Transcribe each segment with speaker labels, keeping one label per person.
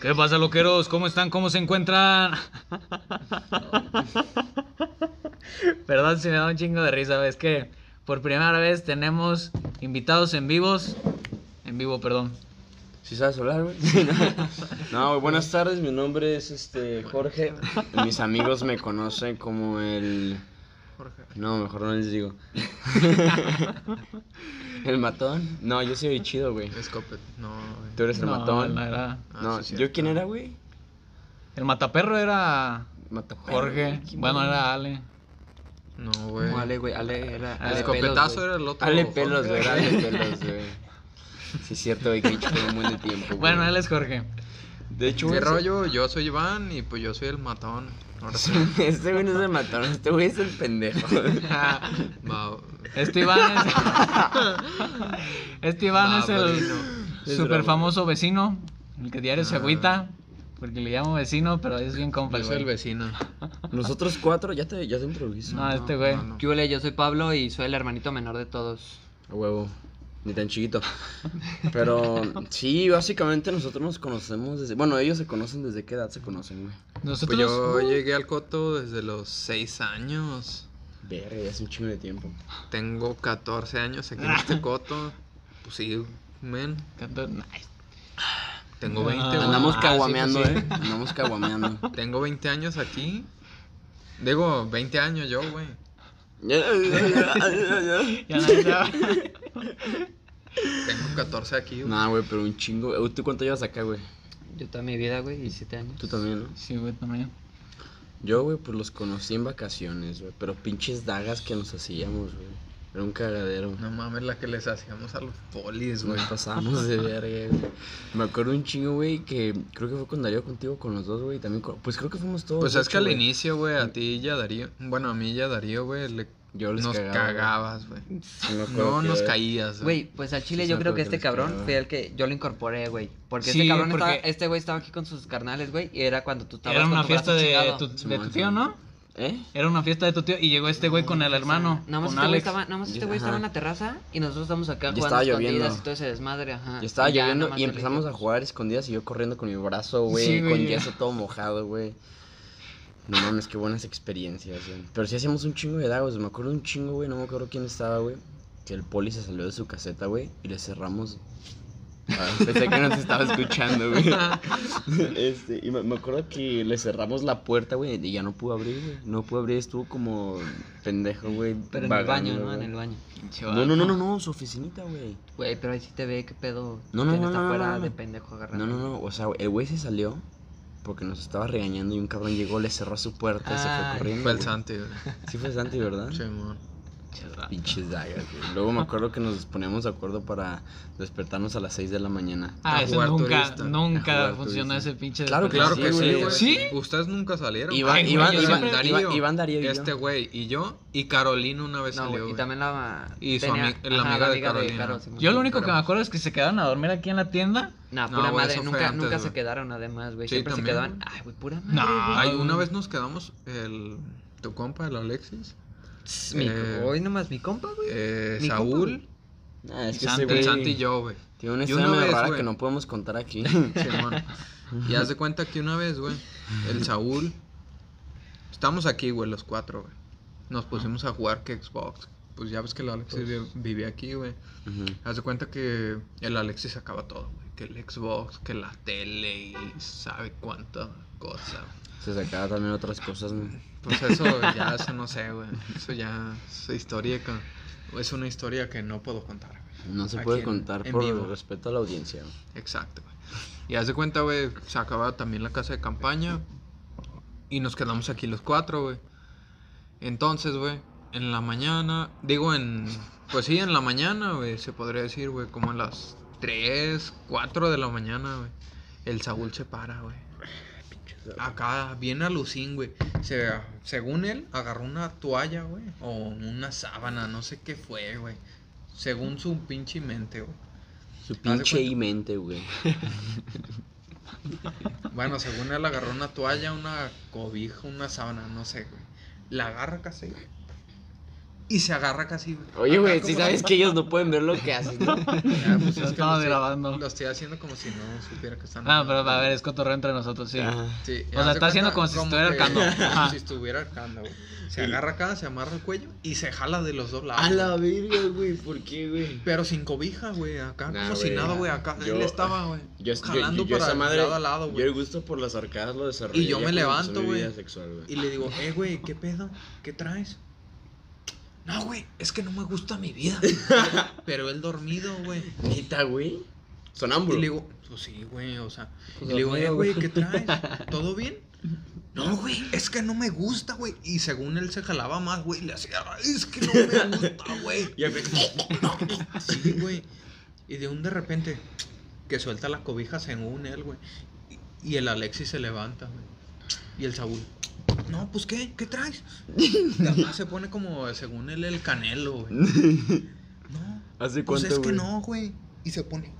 Speaker 1: ¿Qué pasa, loqueros? ¿Cómo están? ¿Cómo se encuentran? Perdón si me da un chingo de risa, es que por primera vez tenemos invitados en vivos. En vivo, perdón.
Speaker 2: ¿Sí sabes hablar, güey? no, güey, buenas tardes, mi nombre es este Jorge. Mis amigos me conocen como el...
Speaker 3: Jorge.
Speaker 2: No, mejor no les digo. ¿El matón? No, yo soy chido, güey.
Speaker 3: Escopet. No, güey.
Speaker 2: Tú eres el
Speaker 1: No,
Speaker 2: matón.
Speaker 1: no era-
Speaker 3: Ah,
Speaker 2: No,
Speaker 3: sí,
Speaker 2: ¿yo
Speaker 3: cierto.
Speaker 2: quién era, güey?
Speaker 1: El mataperro era
Speaker 2: Mataperro,
Speaker 1: Jorge.
Speaker 2: güey, ¿quién
Speaker 1: Bueno, era Ale.
Speaker 3: No, güey.
Speaker 4: No, Ale, güey, Ale era.
Speaker 1: Ah,
Speaker 3: El
Speaker 4: Ale
Speaker 3: escopetazo
Speaker 4: Pelos,
Speaker 3: era el otro.
Speaker 2: Dale
Speaker 3: Jorge.
Speaker 2: pelos, güey, dale pelos, güey. Sí, es cierto, güey, que he hecho un buen de tiempo. güey.
Speaker 1: Bueno, él es Jorge.
Speaker 2: De hecho,
Speaker 3: ¿Qué
Speaker 2: güey,
Speaker 3: rollo? Yo soy Iván y pues yo soy el matón. Ahora sí.
Speaker 2: Este güey no es el matón, este güey es el pendejo.
Speaker 3: Va-
Speaker 1: Este Iván es, este Iván es
Speaker 3: pues,
Speaker 1: el
Speaker 3: Babalino.
Speaker 1: super famoso vecino, el que diario se
Speaker 3: Ah.
Speaker 1: agüita, porque le llamo vecino, pero es bien compa.
Speaker 3: Yo
Speaker 1: el
Speaker 3: soy el
Speaker 1: güey.
Speaker 3: vecino.
Speaker 2: Nosotros cuatro, ya te, ya te introducí.
Speaker 1: No, este güey.
Speaker 3: no, no.
Speaker 4: ¿Qué huele? Yo soy Pablo y soy el hermanito menor de todos.
Speaker 2: A huevo. Ni tan chiquito. Pero sí, básicamente nosotros nos conocemos desde. Bueno, ellos se conocen desde qué edad se conocen, güey.
Speaker 1: Nosotros.
Speaker 3: Pues yo
Speaker 1: uh,
Speaker 3: llegué al coto desde los 6 años.
Speaker 2: Verga, ya es un chingo de tiempo.
Speaker 3: Tengo 14 años aquí en este coto. Pues sí, men.
Speaker 1: canto- Ay,
Speaker 3: Tengo
Speaker 1: Ah.
Speaker 3: 20. güey.
Speaker 2: Andamos
Speaker 3: Ah, sí,
Speaker 2: caguameando,
Speaker 3: pues sí.
Speaker 2: eh. Andamos caguameando.
Speaker 3: Tengo 20 años aquí. Digo, 20 años yo, güey.
Speaker 1: ya nadie sabe.
Speaker 3: Tengo 14 aquí, güey.
Speaker 2: nah, güey, pero un chingo. Eh, ¿Tú cuánto llevas acá, güey?
Speaker 4: Yo toda mi vida, güey, y siete años.
Speaker 2: Tú también, ¿no?
Speaker 1: Sí, güey, también.
Speaker 2: Yo, güey, pues los conocí en vacaciones, güey. Pero pinches dagas que nos hacíamos, güey. Era un cagadero.
Speaker 3: No mames, la que les hacíamos a los polis,
Speaker 2: Nos
Speaker 3: güey.
Speaker 2: pasamos de verga, güey. Me acuerdo un chingo, güey, que creo que fue con Darío contigo, con los dos, güey. y También con- Pues creo que fuimos todos.
Speaker 3: Pues
Speaker 2: de
Speaker 3: es que
Speaker 2: hecho,
Speaker 3: al
Speaker 2: güey. mm.
Speaker 3: inicio, güey, a ti ya Darío. Bueno, a mí ya Darío, güey, le-
Speaker 2: Yo les
Speaker 3: nos
Speaker 2: cagaba, güey.
Speaker 3: cagabas, güey.
Speaker 2: Sí me acuerdo
Speaker 3: No
Speaker 2: que-
Speaker 3: nos caías,
Speaker 4: Güey, pues al chile
Speaker 2: Sí, sí
Speaker 4: yo
Speaker 2: me
Speaker 4: creo que
Speaker 2: acuerdo que
Speaker 4: este
Speaker 2: les
Speaker 4: cabrón
Speaker 2: cagaba.
Speaker 4: fue el que yo lo incorporé, güey. Porque
Speaker 1: Sí,
Speaker 4: este cabrón
Speaker 1: porque-
Speaker 4: estaba, este güey estaba aquí con sus carnales, güey, y era cuando tú estabas
Speaker 1: Era
Speaker 4: con
Speaker 1: una
Speaker 4: tu
Speaker 1: fiesta
Speaker 4: brazo
Speaker 1: de
Speaker 4: chingado.
Speaker 1: tu, de
Speaker 2: Simón,
Speaker 1: tu tío,
Speaker 2: Simón.
Speaker 1: ¿no?
Speaker 2: ¿Eh?
Speaker 1: Era una fiesta de tu tío y llegó este güey con el hermano,
Speaker 4: Nada más
Speaker 1: con
Speaker 4: este güey
Speaker 1: Alex.
Speaker 4: estaba, nada más este güey
Speaker 2: Ajá.
Speaker 4: estaba en la terraza y nosotros estamos acá
Speaker 2: Ya
Speaker 4: jugando
Speaker 2: estaba lloviendo.
Speaker 4: escondidas y todo ese desmadre, ajá.
Speaker 2: Ya estaba
Speaker 4: Y Ah, ya
Speaker 2: lloviendo
Speaker 4: nada más
Speaker 2: y
Speaker 4: yo le
Speaker 2: empezamos
Speaker 4: dije,
Speaker 2: a jugar a escondidas y yo corriendo con mi brazo, güey,
Speaker 1: Sí,
Speaker 2: con
Speaker 1: güey.
Speaker 2: yeso todo mojado, güey. No mames, qué buenas experiencias, güey. Pero sí hacíamos un chingo de dagos, me acuerdo un chingo, güey, no me acuerdo quién estaba, güey. Que el poli se salió de su caseta, güey, y le cerramos. Ah, pensé que nos estaba escuchando, güey. Este, y me, me acuerdo que le cerramos la puerta, güey, y ya no pudo abrir, güey. No pudo abrir, estuvo como pendejo, güey.
Speaker 4: Pero en el
Speaker 2: vagando,
Speaker 4: baño, ¿no? En
Speaker 2: güey.
Speaker 4: el baño.
Speaker 1: Pinche
Speaker 2: No, no, no, no, no, su oficinita, güey.
Speaker 4: Güey, pero ahí sí te ve qué pedo.
Speaker 2: No, no,
Speaker 4: ¿Quién
Speaker 2: no,
Speaker 4: está
Speaker 2: no, no,
Speaker 4: afuera
Speaker 2: no.
Speaker 4: de pendejo agarrando.
Speaker 2: No, no, no, o sea, el güey se salió porque nos estaba regañando y un cabrón llegó, le cerró su puerta y se
Speaker 4: Ah,
Speaker 2: fue corriendo.
Speaker 3: Fue el
Speaker 2: güey.
Speaker 3: Santi, güey.
Speaker 2: Sí fue Santi, ¿verdad?
Speaker 3: Simón.
Speaker 1: vato.
Speaker 2: Pinches dagas, güey. Luego me acuerdo que nos poníamos de acuerdo para despertarnos a las 6 de la mañana.
Speaker 1: Ah,
Speaker 3: A
Speaker 1: eso
Speaker 3: jugar
Speaker 1: nunca,
Speaker 3: turista.
Speaker 2: A
Speaker 1: nunca
Speaker 2: jugar
Speaker 1: funcionó
Speaker 2: turista.
Speaker 1: ese pinche
Speaker 2: Claro,
Speaker 1: despertar.
Speaker 3: Claro que sí, güey.
Speaker 1: ¿Sí?
Speaker 3: Ustedes nunca salieron.
Speaker 2: Iván,
Speaker 1: Ay, güey,
Speaker 2: Iván,
Speaker 1: yo
Speaker 2: Iván,
Speaker 1: siempre-
Speaker 2: Iván, Iván Darío y yo.
Speaker 3: Este güey y yo. Y Carolina una vez
Speaker 4: No,
Speaker 3: salió.
Speaker 4: güey, y
Speaker 3: güey.
Speaker 4: también la.
Speaker 3: Y su ami- la amiga de Carolina.
Speaker 4: sí,
Speaker 1: Yo lo
Speaker 4: güey.
Speaker 1: único que
Speaker 3: Pero-
Speaker 1: me acuerdo es que se quedaron a dormir aquí en la tienda.
Speaker 4: Nah,
Speaker 3: No,
Speaker 4: pura
Speaker 3: güey,
Speaker 4: madre,
Speaker 3: eso fue
Speaker 4: nunca,
Speaker 3: antes,
Speaker 4: nunca se
Speaker 3: güey.
Speaker 4: quedaron además, güey.
Speaker 3: Sí,
Speaker 4: Siempre
Speaker 3: también,
Speaker 4: se quedaban.
Speaker 3: güey.
Speaker 4: Ay, güey, pura madre.
Speaker 1: No,
Speaker 4: güey.
Speaker 3: Ay, una vez nos quedamos el tu compa, el Alexis,
Speaker 4: Tss, mi-
Speaker 3: eh,
Speaker 4: Hoy nomás mi compa, güey.
Speaker 3: eh,
Speaker 4: Mi compa,
Speaker 3: Saúl,
Speaker 2: Ah, es que
Speaker 1: Santi,
Speaker 2: ese
Speaker 3: el
Speaker 2: güey
Speaker 3: Santi y yo, güey.
Speaker 2: tiene una
Speaker 3: Y una
Speaker 2: historia medio
Speaker 3: vez,
Speaker 2: rara
Speaker 3: güey.
Speaker 2: que no podemos contar aquí.
Speaker 3: Simón. Y haz de cuenta que una vez, güey, el Saúl. Estamos aquí, güey, los cuatro, güey. Nos pusimos a jugar que Xbox. Pues ya ves que el Alexis vi- vivía aquí, güey.
Speaker 2: Ujú.
Speaker 3: Haz de cuenta que el Alexis acaba todo, güey. Que el Xbox, que la tele y sabe cuánta cosa.
Speaker 2: Se sacaba también otras cosas, ¿no?
Speaker 3: Pues eso ya, eso no sé, güey. Eso ya es historia. que- Es una historia que no puedo contar, güey.
Speaker 2: No se
Speaker 3: Aquí
Speaker 2: puede
Speaker 3: en-
Speaker 2: contar
Speaker 3: en
Speaker 2: por
Speaker 3: vivo.
Speaker 2: respeto a la audiencia. güey.
Speaker 3: Exacto, güey. Y haz de cuenta, güey, se acaba también la casa de campaña. Y nos quedamos aquí los cuatro, güey. Entonces, güey, en la mañana. Digo, en. Pues sí, en la mañana, güey, se podría decir, güey, como a las 3, 4 de la mañana, güey. El Saúl se para, güey. Acá viene a Lucín, güey. Se, según él, agarró una toalla, güey. O una sábana, no sé qué fue, güey. Según su pinche mente, güey.
Speaker 2: Su
Speaker 3: de
Speaker 2: pinche
Speaker 3: cuenta.
Speaker 2: y mente, güey.
Speaker 3: Bueno, según él agarró una toalla, una cobija, una sábana, no sé, güey. La agarra casi. y se agarra casi, güey.
Speaker 2: Oye, güey,
Speaker 3: Acá
Speaker 2: si
Speaker 3: como-
Speaker 2: sabes que ellos no pueden ver lo que haces, ¿no?
Speaker 3: Ah, pues,
Speaker 1: Lo
Speaker 3: es que
Speaker 1: estaba
Speaker 3: lo estoy-
Speaker 1: grabando.
Speaker 3: Lo estoy haciendo como si no supiera que están.
Speaker 1: Ah, pero a ver, es cotorreo entre nosotros, sí.
Speaker 2: Ajá.
Speaker 3: Sí,
Speaker 1: O sea,
Speaker 3: haz de
Speaker 1: está haciendo
Speaker 3: cuenta
Speaker 1: como si estuviera
Speaker 3: que-
Speaker 1: arcando. Ajá.
Speaker 3: Como si estuviera arcando, güey. Se agarra acá, se amarra el cuello y se jala de los dos lados.
Speaker 2: A la
Speaker 3: güey.
Speaker 2: verga, güey, ¿por qué, güey?
Speaker 3: Pero sin cobija, güey. Acá,
Speaker 2: Nah,
Speaker 3: como si
Speaker 2: güey.
Speaker 3: nada, güey. Acá
Speaker 2: Yo-
Speaker 3: él estaba, güey.
Speaker 2: Yo, yo,
Speaker 3: Jalando
Speaker 2: yo, yo
Speaker 3: para
Speaker 2: esa
Speaker 3: de
Speaker 2: madre,
Speaker 3: lado a lado,
Speaker 2: yo
Speaker 3: güey.
Speaker 2: el gusto por las arcadas lo desarrollé.
Speaker 3: Y yo
Speaker 2: ya
Speaker 3: me
Speaker 2: cuando empezó
Speaker 3: levanto,
Speaker 2: mi
Speaker 3: güey.
Speaker 2: vida sexual, güey.
Speaker 3: Y le digo, eh, güey, ¿qué pedo? ¿Qué traes? No, güey, es que no me gusta mi vida. Pero él dormido, güey.
Speaker 2: Neta, güey.
Speaker 3: Y
Speaker 2: Sonámbulo.
Speaker 3: le digo, pues sí, güey, o sea. Y
Speaker 4: Pues
Speaker 3: le digo, eh,
Speaker 4: dormido,
Speaker 3: güey, ¿qué
Speaker 4: güey".
Speaker 3: traes? ¿Todo bien? No, güey, es que no me gusta, güey. Y según él se jalaba más, güey, le hacía, "Ay, es que no me gusta, güey.
Speaker 2: Y al fin-
Speaker 3: Sí, güey. Y de un de repente, que suelta las cobijas según él, güey. Y- Y el Alexis se levanta, güey. Y el Saúl, no, pues qué, ¿qué traes? Y además se pone como, según él, el canelo, güey. No,
Speaker 2: ¿Hace
Speaker 3: pues
Speaker 2: cuánto,
Speaker 3: es que
Speaker 2: güey?
Speaker 3: no, güey. Y se pone.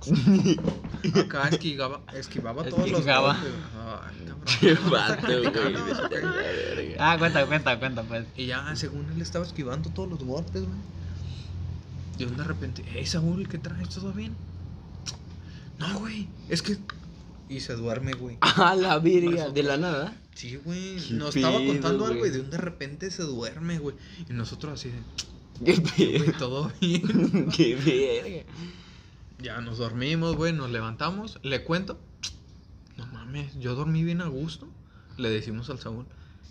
Speaker 3: Acá esquivaba, esquivaba todos
Speaker 1: Esquivaba.
Speaker 3: los. golpes. Ay, cabrón.
Speaker 2: Qué
Speaker 3: ¿Me vas a
Speaker 2: vato, güey.
Speaker 3: criticar, no? ¿O qué?
Speaker 1: Ah, cuenta, cuenta, cuenta, pues.
Speaker 3: Y ya, según él estaba esquivando todos los golpes, güey. Y de repente, hey Saúl, ¿qué traes? ¿Todo bien? No, güey, es que. Y se duerme, güey.
Speaker 2: A la verga, de la nada.
Speaker 3: Sí, güey.
Speaker 2: Qué
Speaker 3: Nos estaba
Speaker 2: pedo,
Speaker 3: contando algo
Speaker 2: güey.
Speaker 3: y de un de repente se duerme, güey. Y nosotros así de,
Speaker 2: Qué
Speaker 3: güey,
Speaker 2: pedo.
Speaker 3: todo bien.
Speaker 2: Qué verga.
Speaker 3: Ya nos dormimos, güey, nos levantamos, le cuento. No mames, yo dormí bien a gusto. Le decimos al Saúl,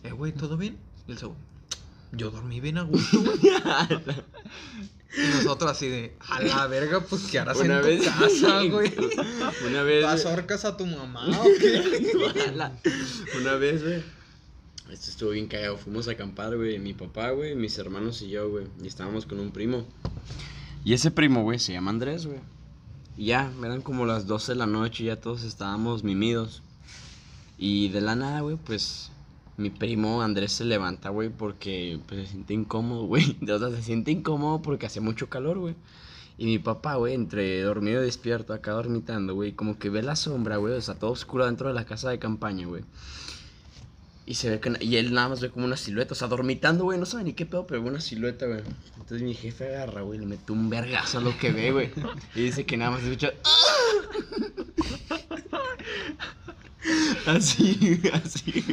Speaker 3: eh, güey, ¿todo bien? Y el Saúl, yo dormí bien a gusto, güey. y nosotros así de, a la verga, pues, ¿qué harás en tu casa, güey?
Speaker 2: Una vez.
Speaker 3: ¿Vas
Speaker 2: güey.
Speaker 3: orcas a tu mamá o qué?
Speaker 2: Una vez, güey. Esto estuvo bien cagado. Fuimos a acampar, güey. Mi papá, güey, mis hermanos y yo, güey. Y estábamos con un primo. Y ese primo, güey, se llama Andrés, güey. Y ya, eran como las 12 de la noche. Ya todos estábamos mimidos. Y de la nada, güey, pues. Mi primo Andrés se levanta, güey, porque pues, se siente incómodo, güey. De verdad, se siente incómodo porque hace mucho calor, güey. Y mi papá, güey, entre dormido y despierto, acá dormitando, güey, como que ve la sombra, güey, o sea, todo oscuro dentro de la casa de campaña, güey. Y se ve que, na- y él nada más ve como una silueta, o sea, dormitando, güey, no sabe ni qué pedo, pero ve una silueta, güey. Entonces mi jefe agarra, güey, le mete un vergazo a lo que ve, güey. Y dice que nada más escucha. ¡ah! Así, así.